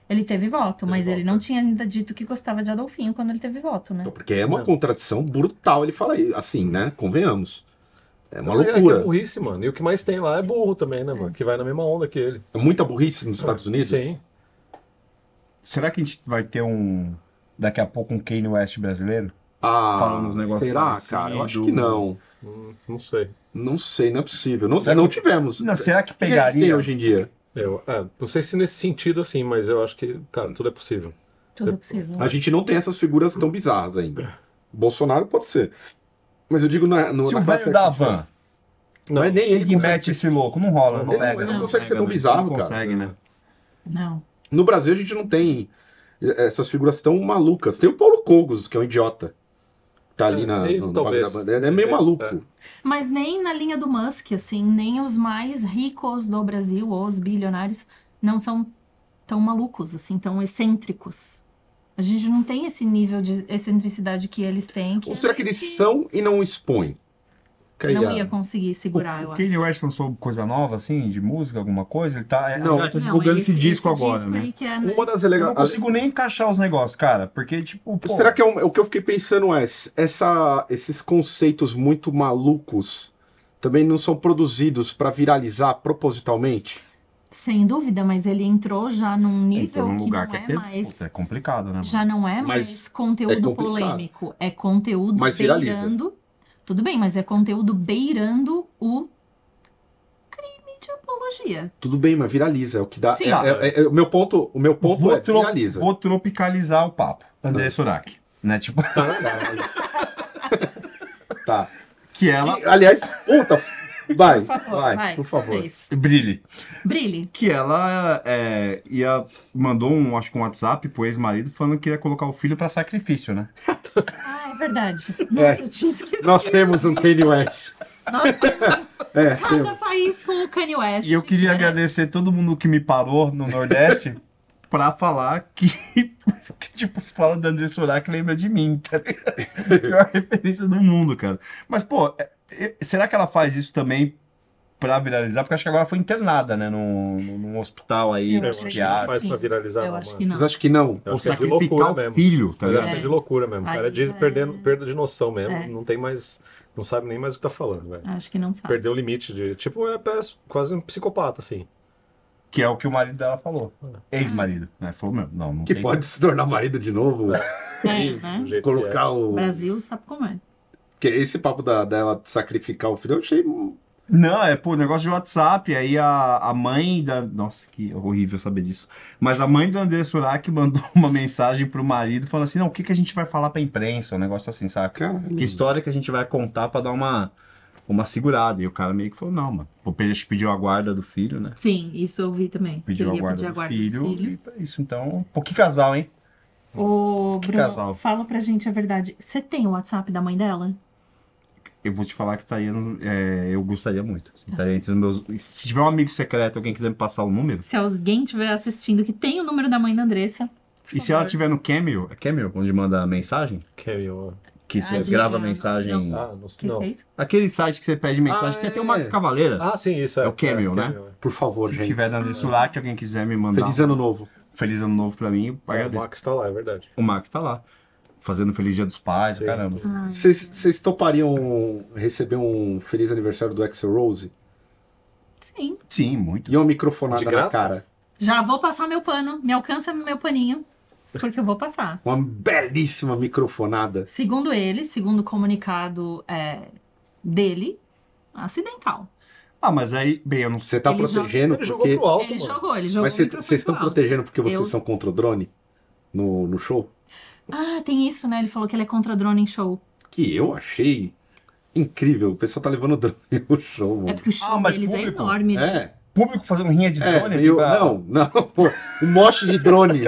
Ele teve voto, Teve mas ele voto. não tinha ainda dito que gostava de Adolfinho quando ele teve voto, né? Então, Porque é uma Não. contradição brutal, ele fala aí, assim, né? Convenhamos. É uma Também É, que é loucura. burrice, mano. E o que mais tem lá é burro também, né, mano? Que vai na mesma onda que ele. É muita burrice nos Estados Unidos. Sim. Será que a gente vai ter um. Daqui a pouco um Kanye West brasileiro? Ah, Falando uns negócios será, parecidos. cara? Eu acho que não. Hum, Não sei. Não sei, não é possível. Não, Será não que- tivemos. Não, será que O que a gente tem pegaria. hoje em dia? Eu, é, não sei se nesse sentido assim, mas eu acho que, cara, tudo é possível. Tudo é possível. A gente não tem essas figuras tão bizarras ainda. Bolsonaro pode ser. Mas eu digo na, no, Se na o classe velho da artística- van Não, é Mas nem ele chega e consegue mete esse louco, não rola, Ele não não- pega. ele não né? consegue ser Pega, tão né? bizarro, Não cara. consegue, né? Não. No Brasil a gente não tem essas figuras tão malucas. Tem o Paulo Cogos, que é um idiota. Tá ali É, na, ele no, no talvez. bagulho da bandeira. É meio É, maluco. é. Mas nem na linha do Musk, assim, nem os mais ricos do Brasil, os bilionários, não são tão malucos, assim, tão excêntricos. A gente não tem esse nível de excentricidade que eles têm. Que Ou a será que eles gente são e não expõem? Que aí Não a- ia conseguir segurar, eu O acho. Kanye West lançou coisa nova, assim, de música, alguma coisa? Ele tá, Não. ele tá Não, divulgando esse, disco agora, disco né? aí que é- Uma das Eu não elega... consigo nem encaixar os negócios, cara, porque, tipo, pô, Será que é um- o que eu fiquei pensando é essa, esses conceitos muito malucos também não são produzidos pra viralizar propositalmente? Sem dúvida, mas ele entrou já num nível entrou num que lugar não que é é pesado, mais. Puta, é complicado, né? mano? Já não é Mas mais é conteúdo complicado. polêmico. É conteúdo Mas viraliza. beirando. Tudo bem, mas é conteúdo beirando o crime de apologia. Tudo bem, mas viraliza. É o que dá. Sim. é- é- é- é- o meu ponto, o meu ponto é tro- viraliza. vou tropicalizar o papo. André Surak, né? Tipo, Caralho. Tá. que ela E, aliás, puta. f- Vai, Por favor, vai, vai, por sua favor. vez. brilhe. Brilhe. Que ela é, ia, mandou um, acho que um WhatsApp pro ex-marido falando que ia colocar o filho pra sacrifício, né? Ah, é verdade. Nossa, eu tinha esquecido. Nós temos um Kanye West. Nós temos É, cada temos. país com o Kanye West. né? E eu queria Era- agradecer todo mundo que me parou no Nordeste pra falar que, que, tipo, se fala do André Surak, lembra de mim, tá ligado? Pior referência do mundo, cara. Mas, pô, é- é- será que ela faz isso também pra viralizar? Porque acho que agora foi internada, né, num, num hospital aí, Eu Eu acho que psiquiátrico. faz pra Sim. viralizar, Eu não, acho mano. que Vocês não. acham que não? Eu Por acho que é de sacrificar loucura o mesmo. filho, tá Mas ligado? acho que é de loucura mesmo. O Aí cara de, já é- perdendo, perda de noção mesmo. É. Não tem mais. Não sabe nem mais o que tá falando, velho. Acho que não sabe. Perdeu o limite de. Tipo, é, é quase um psicopata, assim. Que é o que o marido dela falou. É. Ex-marido. Né? Falou, meu, não, não Que tem- pode se tornar marido de novo, É, né? do jeito que é. colocar O o. Brasil sabe como é. Porque esse papo da, dela sacrificar o filho eu achei. Não, é por negócio de WhatsApp. Aí a, a mãe da. Nossa, que horrível saber disso. Mas a mãe do André Surak mandou uma mensagem pro marido falando assim: não, o que, que a gente vai falar pra imprensa? Um negócio assim, saca? Caralho. Que história que a gente vai contar pra dar uma, uma segurada? E o cara meio que falou: não, mano. O Peixe pediu a guarda do filho, né? Sim, isso eu vi também. Pediu a Queria guarda, pedir do, filho, e é isso, então. Pô, que casal, hein? Ô, que Bruno, casal. fala pra gente a verdade. Você tem o WhatsApp da mãe dela? Eu vou te falar que tá indo, é, eu gostaria muito. assim, tá entre os meus- se tiver um amigo secreto, alguém quiser me passar o número. Se alguém estiver assistindo que tem o número da mãe da Andressa, E se ela tiver no Cameo, é Cameo, onde manda a mensagem, Carry on. que você Ah, de- grava a não, mensagem. né? Ah, não o que, sei. que não. é isso? Aquele site que você pede mensagem, Ah, tem até o é. Marcos Cavaleira. Ah, sim, isso é. É o Cameo, né? é. Por favor, se gente. tiver na André Surak, alguém quiser me mandar. Feliz ano novo. Feliz ano novo pra mim, eu o agradeço. Max tá lá, é verdade. O Max tá lá. Fazendo Feliz Dia dos Pais, Sim. caramba. Ah, Vocês vocês topariam receber um feliz aniversário do Axel Rose? Sim. Sim, muito. E uma microfonada De na graça? cara. Já vou passar meu pano. Me alcança meu paninho, porque eu vou passar. Uma belíssima microfonada. Segundo ele, segundo o comunicado é, dele, acidental. Ah, mas aí, bem, eu não sei. Você tá Ele já- protegendo Ele jogou porque. pro alto, ele mano. jogou, ele jogou. Mas o cê- microfone vocês estão pro alto. protegendo porque vocês Eu- são contra o drone no, no show? Ah, tem isso, né? Ele falou que ele é contra drone em show. Que eu achei incrível. O pessoal tá levando drone no show, É mano. porque o show Ah, mas deles é público? enorme. É, Público fazendo rinha de é drone? assim, meio- pra- não, não, pô, um moche de drone.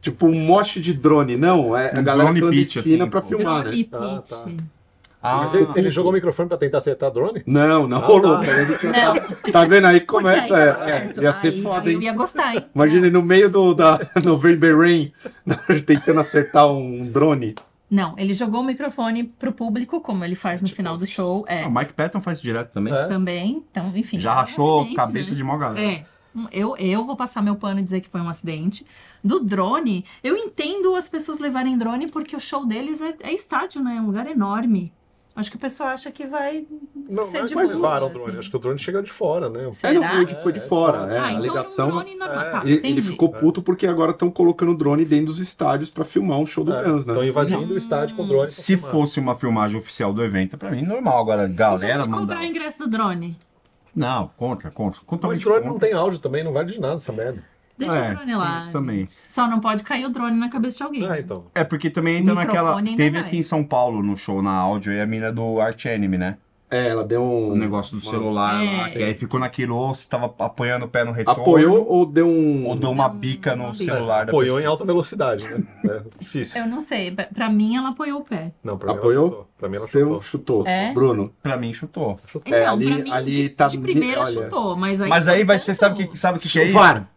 tipo, um moche de drone, não, é a Um galera drone pitch, clandestina assim, pra pô. filmar, né? Drone Ah, pitch. tá. Ah, Mas ele, ele jogou o microfone pra tentar acertar drone? Não, não Ah, rolou. tá. tá vendo? Não, Tá vendo aí que porque aí começa, tava é, é, certo. ia ser Aí- foda, hein? aí Eu ia gostar, hein? Imagina no meio do da November Rain, tentando acertar um drone. Não, ele jogou o microfone pro público, como ele faz no Tipo, final do show. É, Ah, o Mike Patton faz isso direto também. É. também. Então, enfim. Já é um rachou acidente, cabeça né? de mó galera. É. um- Eu, eu vou passar meu pano e dizer que foi um acidente. Do drone, eu entendo as pessoas levarem drone porque o show deles é, é estádio, né? É um lugar enorme. Acho que o pessoal acha que vai. Não, Isso é mas de levaram o boa, drone. assim. Acho que o drone chega de fora, né? É, não Será? foi que foi de fora, é, ah, a então alegação. era um drone normal. É. Tá, Ele, ele entendi. ficou puto porque agora estão colocando drone dentro dos estádios pra filmar um é show do Guns, né? Estão É, invadindo o estádio com o drone. assim, pra Se filmar. fosse uma filmagem oficial do evento, é pra mim, normal. Agora, E se a galera gente né, mandar. comprar ingresso do drone? Não, contra, contra. contra Mas drone não tem áudio também, não vale de nada essa merda. Deixa É, o drone lá. tem isso também. gente. Só não pode cair o drone na cabeça de alguém. Ah, então. É porque também entra Microfone naquela. ainda Teve vai. aqui em São Paulo no show na áudio e a mina do Art Enemy, né? É, ela deu O Hum. um. negócio do celular É. lá, que aí ficou naquele ou se tava apoiando o pé no retorno. Apoiou ou deu um. Ou deu uma bica no Hum, Uma bica. celular. É, da Apoiou em pessoa. alta velocidade, né? É difícil. Eu não sei. pra- Pra mim, ela apoiou o pé. Não, pra mim Apoiou? ela chutou. Pra mim ela Deu, chutou. chutou. É? Bruno. Pra mim, chutou. Então, É, ali- pra mim, ali de, tá de me- primeira olha. chutou, mas aí. Mas aí vai ser, sabe o tanto- que, sabe o que, que é isso? VAR.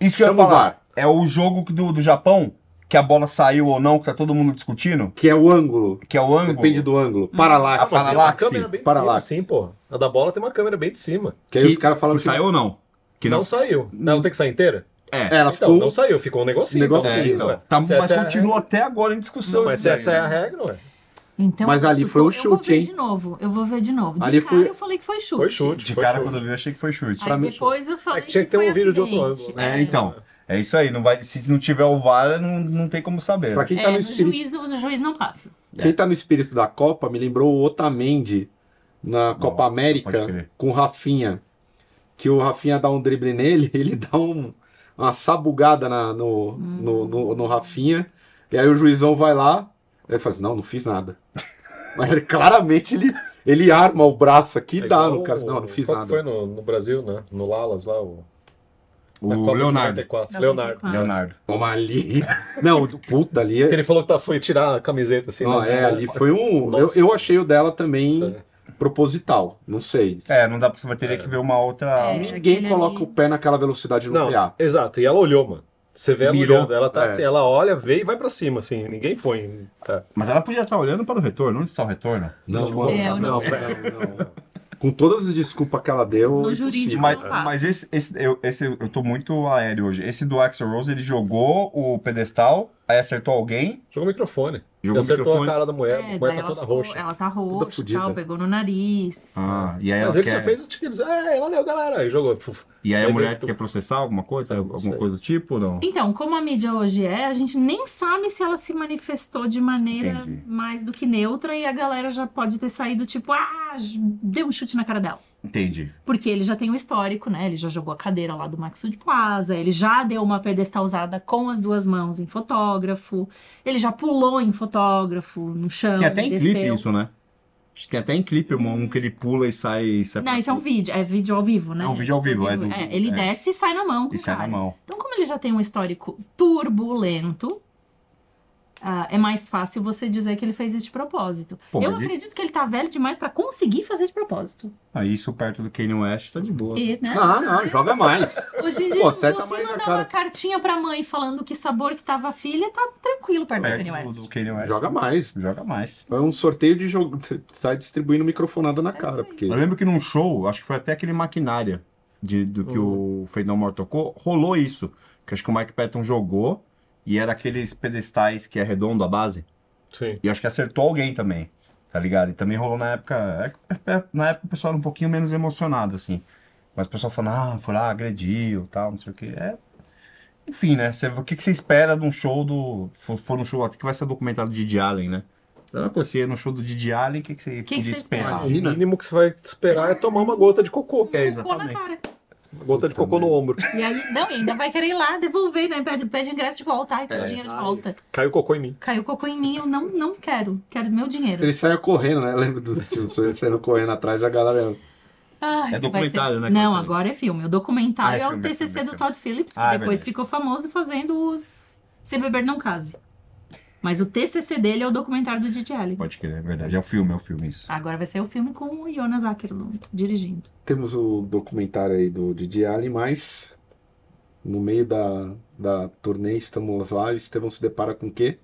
Isso que eu ia Chama o falar. VAR. É o jogo do, do Japão, que a bola saiu ou não, que tá todo mundo discutindo, Que é o ângulo. que é o ângulo. Depende do ângulo. Hum. Ah, Paralaxe. mas- Paralaxe. Paralaxe. Paralaxe. Sim, pô. A da bola tem uma câmera bem de cima. que aí os caras falam assim, que que. saiu ou não. Que não, não Hum. saiu. Não, tem que sair inteira? É, ela então, ficou. não saiu, ficou um negocinho. Negocinho, saiu, então. ué. Tá, Se mas essa é a continua regra- até agora em discussão. Não, mas isso se daí, essa é a né? regra, ué. Então, Mas ela ali chutou. foi um Eu vou chute, ver hein? de novo. Eu vou ver de novo. De Ali cara, foi- eu falei que foi chute. Foi chute. De foi cara, chute. quando eu vi, eu achei que foi chute. pra Aí mim, depois eu falei É que tinha que ter foi um vídeo de outro acidente. ângulo, É, então. É isso aí. Não vai, se não tiver o VAR, não, não tem como saber. Pra quem É, tá no no espírito. juiz, o juiz não passa. Quem tá no espírito da Copa me lembrou o Otamendi na Copa pode América crer. com o Rafinha. Que o Rafinha dá um drible nele, ele dá um- uma sabugada na- no, no, Hum. no, no Rafinha. E aí o juizão vai lá, ele fala assim, não, não fiz nada. Mas ele- claramente ele, ele arma o braço aqui e É dá igual no cara. o- Não, não fiz qual que nada. Foi no, no Brasil, né? No Lalas lá, o, na O Copa de Leonardo. 94. Leonardo. Ah. Leonardo. Toma ali. Não, do puta ali. Que é- Ele falou que tá, foi tirar a camiseta assim. Não, né? é, ali foi um. Eu, Nossa. eu achei o dela também proposital. Não sei. É, não dá pra você teria que ver uma outra. É. Ninguém aquele coloca ali- o pé naquela velocidade no Não, PA. exato. E ela olhou, mano. Você vê ela Mirou. olhando, ela tá É. assim, ela olha, vê e vai pra cima, assim. Ninguém põe. tá. Mas ela podia estar olhando para o retorno. Onde está o retorno? Não, Não, é, não, eu não, não, não não. Tipo, Com todas as desculpas que ela deu. No impossível. jurídico. Mas, é. Não passa. mas esse, esse, eu, esse eu tô muito aéreo hoje. Esse do Axel Rose, ele jogou o pedestal, aí acertou alguém. Jogou o microfone. e Jogou acertou o microfone. a cara da mulher. a É, daí mulher tá ela, toda ficou- roxa. ela tá Toda roxa e fudida. tal, pegou no nariz. Ah, e aí Mas ela ele quer. só fez tipo, ele disse, é, valeu, galera. E jogou. Fuf. E aí a Aí mulher veio tu- quer processar alguma coisa? Alguma sei. coisa do tipo ou não? Então, como a mídia hoje é, a gente nem sabe se ela se manifestou de maneira Entendi. mais do que neutra e a galera já pode ter saído tipo, ah, pá, j- deu um chute na cara dela. Entendi. Porque ele já tem um histórico, né? Ele já jogou a cadeira lá do Maxud Plaza, ele já deu uma pedestalzada com as duas mãos em fotógrafo, ele já pulou em fotógrafo no chão. É, Tem até em desceu. clipe isso, né? Acho que Tem até em clipe um, um que ele pula e sai. e sai Não, pra isso é um cima. vídeo, é vídeo ao vivo, né? É um vídeo ao vivo, é do- ele é. desce e sai na mão com E o sai na cara. mão. Então, como ele já tem um histórico turbulento, ah, é mais fácil você dizer que ele fez isso de propósito. Pô, Eu mas e- acredito que ele tá velho demais pra conseguir fazer de propósito. Aí Ah, isso perto do Kanye West tá de boa. E, né? Ah, não, joga mais. Hoje em Pô, dia, se acerta você mais na mandar cara. uma cartinha pra mãe falando que sabor que tava a filha, tá tranquilo perto do Perto Kanye do, West. do Kanye West. Joga mais. Joga mais. É um sorteio de jogo. Sai distribuindo microfonada na É isso cara. aí. Porque... Eu lembro que num show, acho que foi até aquele maquinária de- do que o Fade No More tocou, rolou isso. Que acho que o Mike Patton jogou e era aqueles pedestais que é redondo a base. Sim. E acho que acertou alguém também, tá ligado? E também rolou na época. é- é- Na época o pessoal era um pouquinho menos emocionado, assim. Mas o pessoal falando, ah, foi lá, agrediu tal, não sei o que. É. Enfim, né? Cê- o que, que você espera de um show do. For, for um show até que vai ser documentado de Didi Allen, né? Então, você ia no show do Didi Allen, o que, que você que podia você esperar? espera? O mínimo que você vai esperar é tomar uma gota de Tipo, cocô. É, Cocô na exatamente. cara. Uma gota de cocô no ombro. E aí, não, e ainda vai querer ir lá devolver, né? Pede, pede ingresso de volta, É, ai, quero dinheiro de volta. Caiu cocô em mim. Caiu cocô em mim, eu não, não quero. Quero meu dinheiro. Ele saia correndo, né? Lembra do tio ele saindo correndo atrás e a galera. Ai, vai É documentário, né, que Não, você- agora é filme. O Ah, é documentário é, o filme, é TCC filme, é do filme. Todd Phillips, que Ah, é depois verdade. ficou famoso fazendo os Se Beber Não Case. Mas o TCC dele é o documentário do Didi Allen. Pode crer, é verdade. É o filme, é o filme, isso. Agora vai ser o filme com o Jonas Ackerlund dirigindo. Temos o documentário aí do Didi Allen, mas no meio da, da turnê estamos lá e o Estevão se depara com o quê?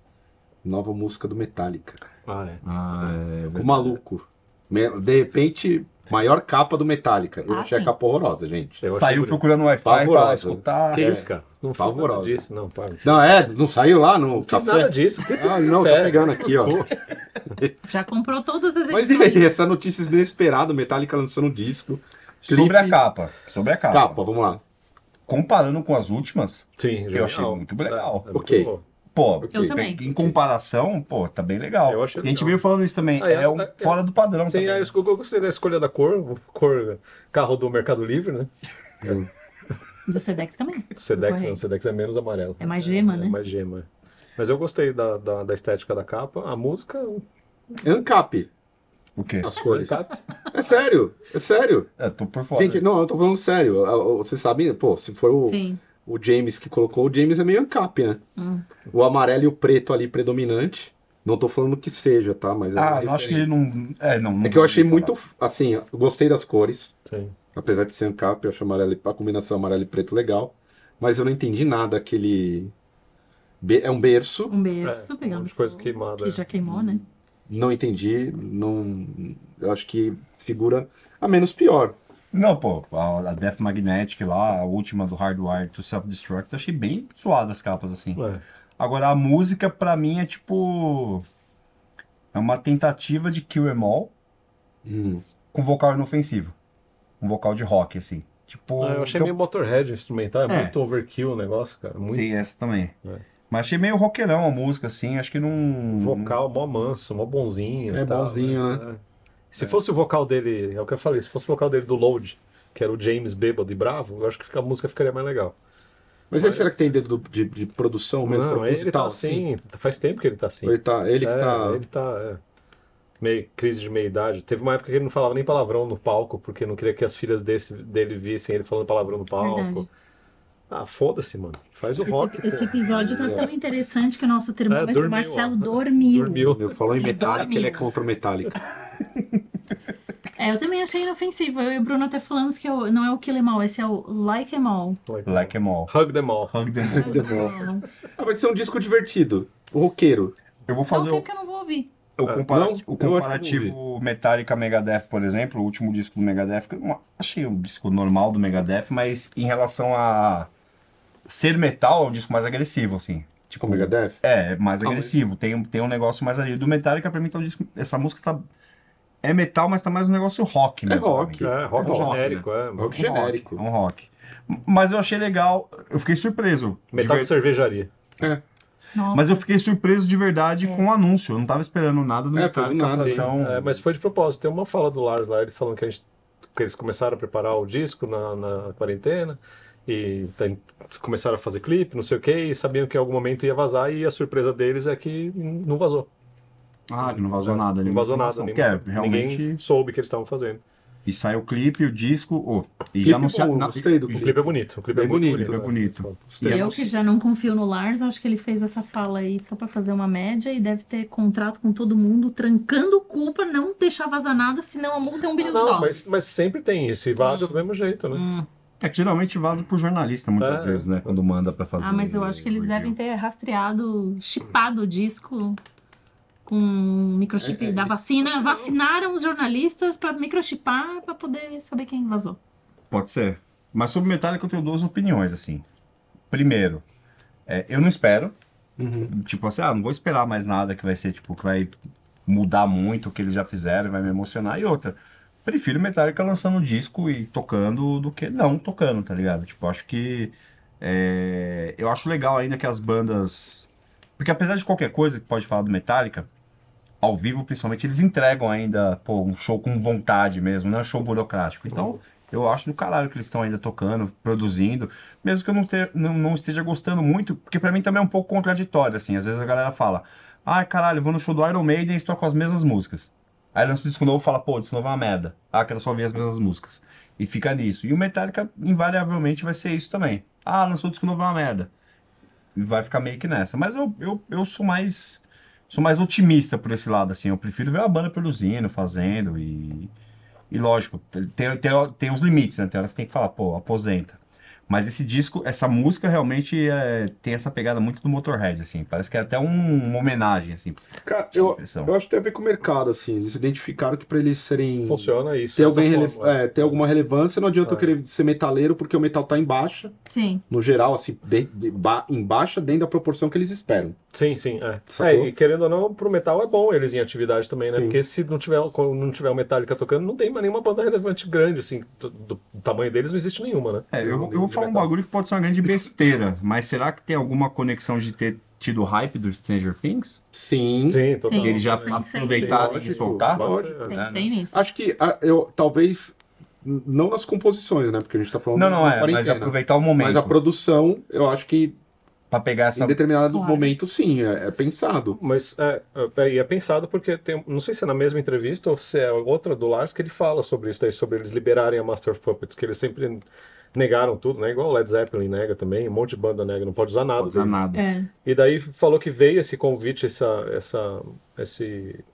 Nova música do Metallica. Ah, é. Ah, Ficou maluco. Me- De repente, maior capa do Metallica. Eu Ah, achei sim. a capa horrorosa, gente. Eu achei Saiu bonito. procurando Wi-Fi pra Pavorosa. escutar. Que É. isso, cara? Não faz nada Pavorosa. disso, não, para. Tá Não Não, é, não saiu lá no fiz café? nada disso. Que isso Ah, não, tá é- pegando aqui, ó. Já comprou todas as Mas edições. e aí, essa notícia inesperada, Metallica lançando um disco. Sobre a Clipe- capa. Sobre a capa. Capa, vamos lá. Comparando com as últimas, Sim, eu achei muito legal. muito Ok. bom. pô, Eu também. em comparação, pô, tá bem legal. Eu achei a gente legal. veio falando isso também. Ah, é, é um é, fora do padrão. Sim, também. aí eu eu gostei da escolha da cor, cor carro do Mercado Livre, né? Do Sedex também. Sedex, Correio. não, Sedex é menos amarelo. É mais gema, É né? mais gema. Mas eu gostei da, da, da estética da capa, a música, um Ancap, O quê? as cores. Ancap. É sério, é sério. Eu tô por fora. Gente, não, eu tô falando sério. Ah, oh, Vocês sabem, pô, se for o, Sim. o James que colocou, o James é meio Ancap, né? O amarelo e o preto ali predominante. Não tô falando que seja, tá? Mas é, ah, uma eu acho que ele referência. não. É, não, é que eu achei muito, assim, eu gostei das cores. Sim. Apesar de ser Ancap, eu acho amarelo, e- a combinação amarelo e preto legal. Mas eu não entendi nada aquele... be- É um berço. Um berço, É, um pegando monte de coisa fogo, queimada, Que é. já queimou, né? Não entendi, não. Eu acho que figura a menos pior. Não, pô, a, a Death Magnetic lá, a última do Hardwire to Self-Destruct, eu achei bem suada as capas assim. É. Agora, a música, pra mim, é tipo. É uma tentativa de Kill Em All com vocal inofensivo. Um vocal de rock, assim. Tipo. Ah, eu achei então, meio Motorhead o instrumental, é, É. muito overkill o negócio, cara. Muito Tem essa também. É. Mas achei meio roqueirão a música, assim. Acho que não. vocal, mó manso, mó bonzinho. e É tal, bonzinho, É. Se fosse o vocal dele, é o que eu falei, se fosse o vocal dele do Load, que era o James bêbado e bravo, eu acho que fica- a música ficaria mais legal. Mas, aí Mas- será que tem dedo do- de, de produção mesmo? Não, ele proposital, tá assim, faz tempo que ele tá assim. Ou Ele, tá, ele que É, tá. Ele tá. é. Meio crise de meia-idade. Teve uma época que ele não falava nem palavrão no palco, porque não queria que as filhas desse, dele vissem ele falando palavrão no palco. Verdade. Ah, foda-se, mano. Faz o rock. É, Esse, esse episódio tá tão interessante que o nosso termômetro dormiu, Marcelo ó. dormiu. Dormiu. Meu, falou em Ele Metallica, dormiu. ele é contra o Metallica. É, eu também achei inofensivo. Eu e o Bruno até falamos que é o- não é o Kill Em All, esse é o Like Em All. Like Em All. Hug them all. Hug them all. Ah, vai ser um disco divertido. O roqueiro. Eu vou Não fazer sei o, porque eu não vou ouvir. o Ah, compara- não, o eu acho que eu comparativo Metallica Megadeth, por exemplo, o último disco do Megadeth, que eu não achei um disco normal do Megadeth, mas em relação a ser metal, é um disco mais agressivo, assim. Tipo o Megadeth. É, é Ah, mais mas- agressivo. Tem, um- tem um negócio mais ali. Do Metallica, pra mim, tá um disco. Essa música tá. É metal, mas tá mais um negócio rock, né? rock. É, rock É um rock, genérico, é. mano. Rock genérico. É um rock. Mas eu achei legal. Eu fiquei surpreso. Metal de Diver- cervejaria. Nossa. Mas eu fiquei surpreso de verdade com o anúncio. Eu não tava esperando nada do É, Metallica. foi do nada, mas sim. então, É, mas foi de propósito. Tem uma fala do Lars lá, ele falando que, a gente, que eles começaram a preparar o disco na, na quarentena e tem- começaram a fazer clipe, não sei o quê, e sabiam que em algum momento ia vazar e a surpresa deles é que não vazou. Ah, que não vazou nada. Não vazou nada. informação. nenhuma- Que é, realmente... Ninguém soube o que eles estavam fazendo. E saiu o clipe, o disco... ô, e Clipe já anunciaram... bom, na- gostei do O clipe. clipe é bonito. O clipe é, Bem muito bonito, bonito. é né? bonito. é E Eu que já não confio no Lars, acho que ele fez essa fala aí só pra fazer uma média e deve ter contrato com todo mundo, trancando o cu pra não deixar vazar nada, senão a multa é um bilhão de Não, dólares. mas, mas sempre tem isso. E vaza do mesmo jeito, né? É que geralmente vaza pro jornalista muitas É. vezes, né? Quando manda pra fazer. Ah, mas eu acho que eles review. devem ter rastreado, chipado o disco com o microchip É, da vacina. Vacinaram os jornalistas pra microchipar pra poder saber quem vazou. Pode ser. Mas sobre Metallica eu tenho duas opiniões, assim. Primeiro, é, eu não espero. Tipo assim, ah, não vou esperar mais nada que vai ser, tipo, que vai mudar muito o que eles já fizeram, vai me emocionar. E outra, prefiro Metallica lançando disco e tocando do que não tocando, tá ligado? Tipo, acho que. é, eu acho legal ainda que as bandas. Porque apesar de qualquer coisa que pode falar do Metallica, ao vivo, principalmente, eles entregam ainda, pô, um show com vontade mesmo, não é um show burocrático. Então, eu acho do caralho que eles estão ainda tocando, produzindo, mesmo que eu não, te- não- não esteja gostando muito, porque pra mim também é um pouco contraditório, assim. Às vezes a galera fala, ai caralho, eu vou no show do Iron Maiden e eles tocam as mesmas músicas. Aí lança um disco novo e fala, pô, disco novo é uma merda. Ah, quero só ver as mesmas músicas. E fica nisso. E o Metallica, invariavelmente, vai ser isso também. Ah, lançou o disco novo é uma merda. E Vai ficar meio que nessa. Mas eu, eu, eu sou mais sou mais otimista por esse lado, assim. Eu prefiro ver a banda produzindo, fazendo e. E lógico, tem, tem, tem os limites, né? Tem hora que você tem que falar, pô, aposenta. Mas esse disco, essa música realmente é, tem essa pegada muito do Motorhead, assim. Parece que é até um- uma homenagem, assim. Cara, eu, Impressão. eu acho que tem a ver com o mercado, assim. Eles identificaram que pra eles serem. Funciona isso. Ter, dessa alguém rele- forma. é, ter alguma relevância, não adianta É. eu querer ser metaleiro, porque o metal tá em baixa, Sim. no geral, assim, de, de, ba- em baixa, dentro da proporção que eles esperam. Sim, sim, é. Sacou? É, E querendo ou não, pro metal é bom eles em atividade também, né? Sim. Porque se não tiver, quando não tiver o Metallica tocando, não tem mais nenhuma banda relevante grande, assim, do, do tamanho deles não existe nenhuma, né? É, eu, eu De vou falar um metal. bagulho que pode ser uma grande besteira, mas será que tem alguma conexão de ter tido o hype do Stranger Things? Sim. Sim, total. É, Sim. Eles já Sim, sim, aproveitaram sim. e soltaram? Pode- Pensei né? nisso. Acho que ah, eu talvez n- não nas composições, né? Porque a gente tá falando Não, não, na é, mas quarentena. aproveitar o momento. Mas a produção, eu acho que Pra pegar essa. em determinado Claro. momento, sim, é, é pensado. Mas é, é, e é pensado porque tem, não sei se é na mesma entrevista ou se é outra do Lars que ele fala sobre isso daí, sobre eles liberarem a Master of Puppets, que eles sempre negaram tudo, né? Igual o Led Zeppelin nega também, um monte de banda nega, não pode usar nada. Não dá deles. nada. É, E daí falou que veio esse convite, essa, essa, esse,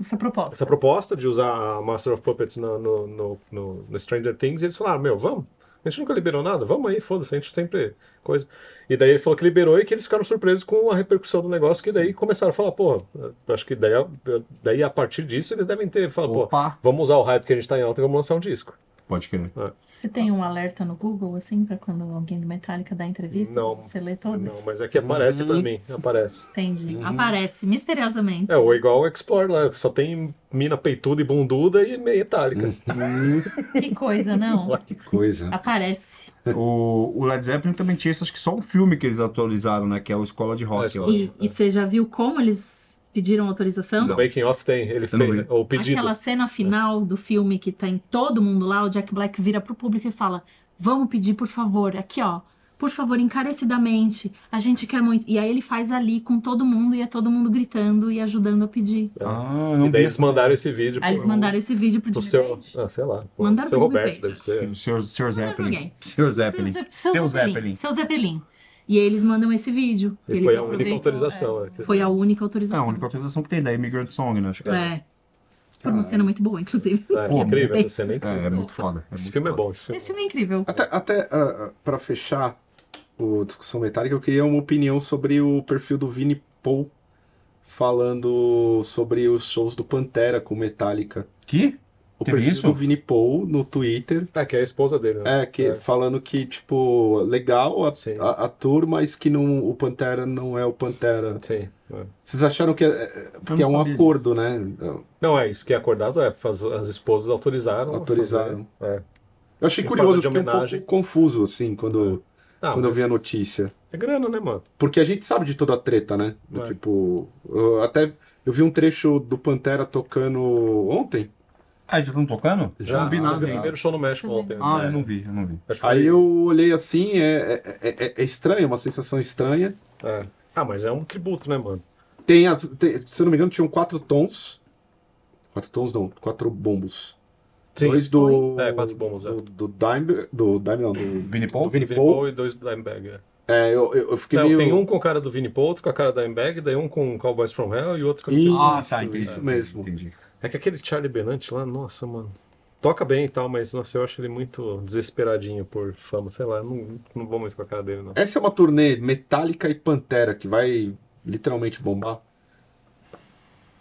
essa proposta. essa proposta de usar a Master of Puppets no, no, no, no- no Stranger Things, e eles falaram, meu, vamos. A gente nunca liberou nada, vamos aí, foda-se, a gente sempre coisa. E daí ele falou que liberou e que eles ficaram surpresos com a repercussão do negócio, que daí começaram a falar, pô, acho que daí, a- daí a partir disso eles devem ter falado, pô, Opa, vamos usar o hype que a gente tá em alta e vamos lançar um disco. pode crer. Você tem um alerta no Google, assim, pra quando alguém do Metallica dá entrevista? Não. Você lê todas? Não, mas é que aparece Uhum. pra mim, aparece. Entendi. Aparece, misteriosamente. É, ou igual o Explore lá, só tem mina peituda e bunduda e meia itálica. Que coisa, não? Ué, que Coisa. Aparece. O, o Led Zeppelin também tinha isso, acho que só um filme que eles atualizaram, né? Que é o Escola de É, Rock. Escola eu E, e você já viu como eles pediram autorização? No Making Off tem, ele Então. não fez, vi. ou pedido. Aquela cena final do filme que tem todo mundo lá, o Jack Black vira pro público e fala: Vamos pedir, por favor, aqui ó, por favor, encarecidamente, a gente quer muito. E aí ele faz ali com todo mundo e é todo mundo gritando e ajudando a pedir. acho. Ah, E não daí vi eles mandaram esse vídeo. Aí Ah, eles pro- mandaram esse vídeo é pro um pro Jimmy seu, Page. ah, sei lá, pro Mandaram seu pro Jimmy Roberto, Page. deve ser. O Sr. Sr. Zeppelin. ninguém. Sr. Zeppelin. Seu, seu, Seu Zeppelin. Zeppelin. Seu Zeppelin. E aí eles mandam esse vídeo. que E eles foi a única aproveitam- É, autorização. né? Foi a única Não, autorização. É, a única autorização que tem da Immigrant Song, né? Acho que É. Foi uma cena muito boa, inclusive. É, que Pô, incrível muito essa cena. é incrível. É, é muito foda. Esse muito filme é foda. bom. Esse filme. Esse filme é incrível. Até, até ah, ah, pra fechar o Discussão Metálica, eu queria uma opinião sobre o perfil do Vini Paul falando sobre os shows do Pantera com Metallica. Que? O Teve perfil isso? do Vini Paul no Twitter É, que é a esposa dele, né? É, que É. falando que, tipo, legal a, Sim. a, a tour, mas que não, o Pantera não é o Pantera. Sim. é. Vocês acharam que é, é- porque é não um sabia acordo, né? Não, é isso que é acordado, é, faz- as esposas autorizaram. a Autorizaram. fazer, é. Eu achei Em curioso, forma eu de fiquei um homenagem. pouco confuso, assim, quando, Ah, quando eu mas- vi a notícia. É grana, né, mano? Porque a gente sabe de toda a treta, né? Do É. Tipo, eu até eu vi um trecho do Pantera tocando ontem. Ah, já estão tocando? Já, não vi Ah, nada. O primeiro show no México ontem. Ah, né? eu não vi, eu não vi. Acho que foi- Aí eu olhei assim, é, é, é- é estranho, é uma sensação estranha. É. Ah, mas é um tributo, né, mano? Tem, as, tem- se eu não me engano, tinham quatro tons. Quatro tons não, quatro bombos. Dois do. É, quatro bombos, é. Do, do Dime. Do Dime não, do, Vini do Paul? Vini Vini Paul. Paul e dois do Dimebag. é. É, eu, eu, eu fiquei Não, meio. Tem um com o cara do Vini Paul, outro com a cara da Dimebag, daí um com o Cowboys From Hell e outro com... Ih. Ah, Isso, tá, entendi. isso mesmo. Entendi. É que aquele Charlie Benante lá, nossa, mano. Toca bem e tal, mas nossa, eu acho ele muito desesperadinho por fama, sei lá, eu não, não vou muito com a cara dele, não. Essa é uma turnê Metallica e Pantera que vai literalmente bombar.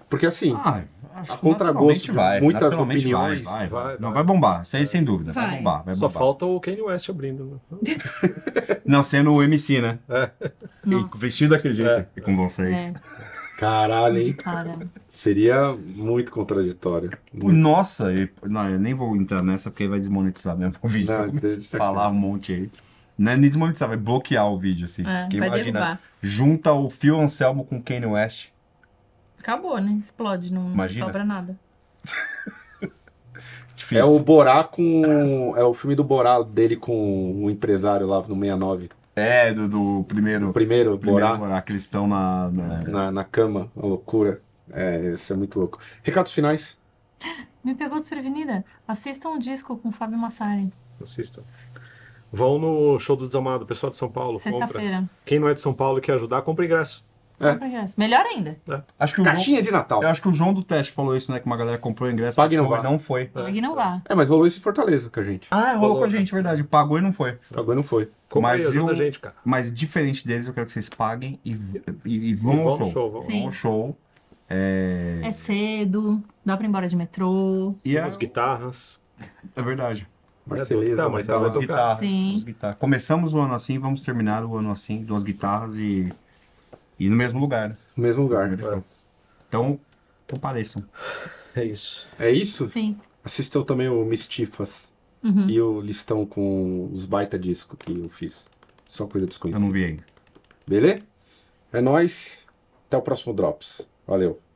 Porque assim, Ah, acho A contragosto de naturalmente vai, muitas naturalmente opiniões, Vai, vai, vai, vai. Não, vai. vai bombar, isso aí sem dúvida. Vai, Vai. bombar, vai Só bombar. falta o Kanye West abrindo. né? Não sendo o MC, né? E Nossa, vestido daquele jeito. É. E com vocês. é, caralho, de hein? cara. Seria muito contraditório. Muito. Nossa, e- não, eu nem vou entrar nessa porque aí vai desmonetizar mesmo o vídeo. Não, Vai começar a deixa falar um monte aí. Não é nem desmonetizar, vai bloquear o vídeo, assim. É, Porque vai imagina, derrubar. junta o Phil Anselmo com o Kanye West. Acabou, né? Explode, não Imagina. sobra nada. Difícil. É o Borá com. É o filme do Borá dele com o empresário lá no 69. É, do, do O primeiro, primeiro, É. primeiro Borá Borá, que eles estão na, na- na, na cama, uma loucura. É, isso é muito louco. Recados finais. Me pegou desprevenida. Assistam o disco com o Fábio Massari, Assistam. Vão no show do Desamado, pessoal de São Paulo, compra. sexta-feira. Quem não é de São Paulo e quer ajudar, compra ingresso. É. Compra ingresso. Melhor ainda. Acho que o João, Caixinha de Natal. eu acho que o João do Teste falou isso, né? Que uma galera comprou o ingresso, Paga e não pagou vai. não foi. É. Aqui não vá. É, mas rolou isso em Fortaleza com a gente. Ah, rolou com a Rolou. né? gente, é verdade. Pagou e não foi. Agora não foi. Compra Mas aí, ajuda a eu- gente, cara. Mas diferente deles, eu quero que vocês paguem e, v- e, e vão, Vão ao no show. show, vão. Vão ao Sim. show. É, É cedo, dá pra ir embora de metrô. e é, As guitarras. é verdade. Marceleza, Tá, mas Maidala. vai Duas tocar. guitarras, Sim. duas guitarras. Começamos o ano assim, vamos terminar o ano assim, duas guitarras e, e no mesmo lugar. né? no mesmo lugar. É, Então, compareçam. É isso. É isso? Sim. Assistam também o Mistifas Uhum. e o listão com os baita disco que eu fiz. Só coisa Eu desconhecida. não vi ainda. Beleza? É nóis. Até o próximo Drops. Valeu.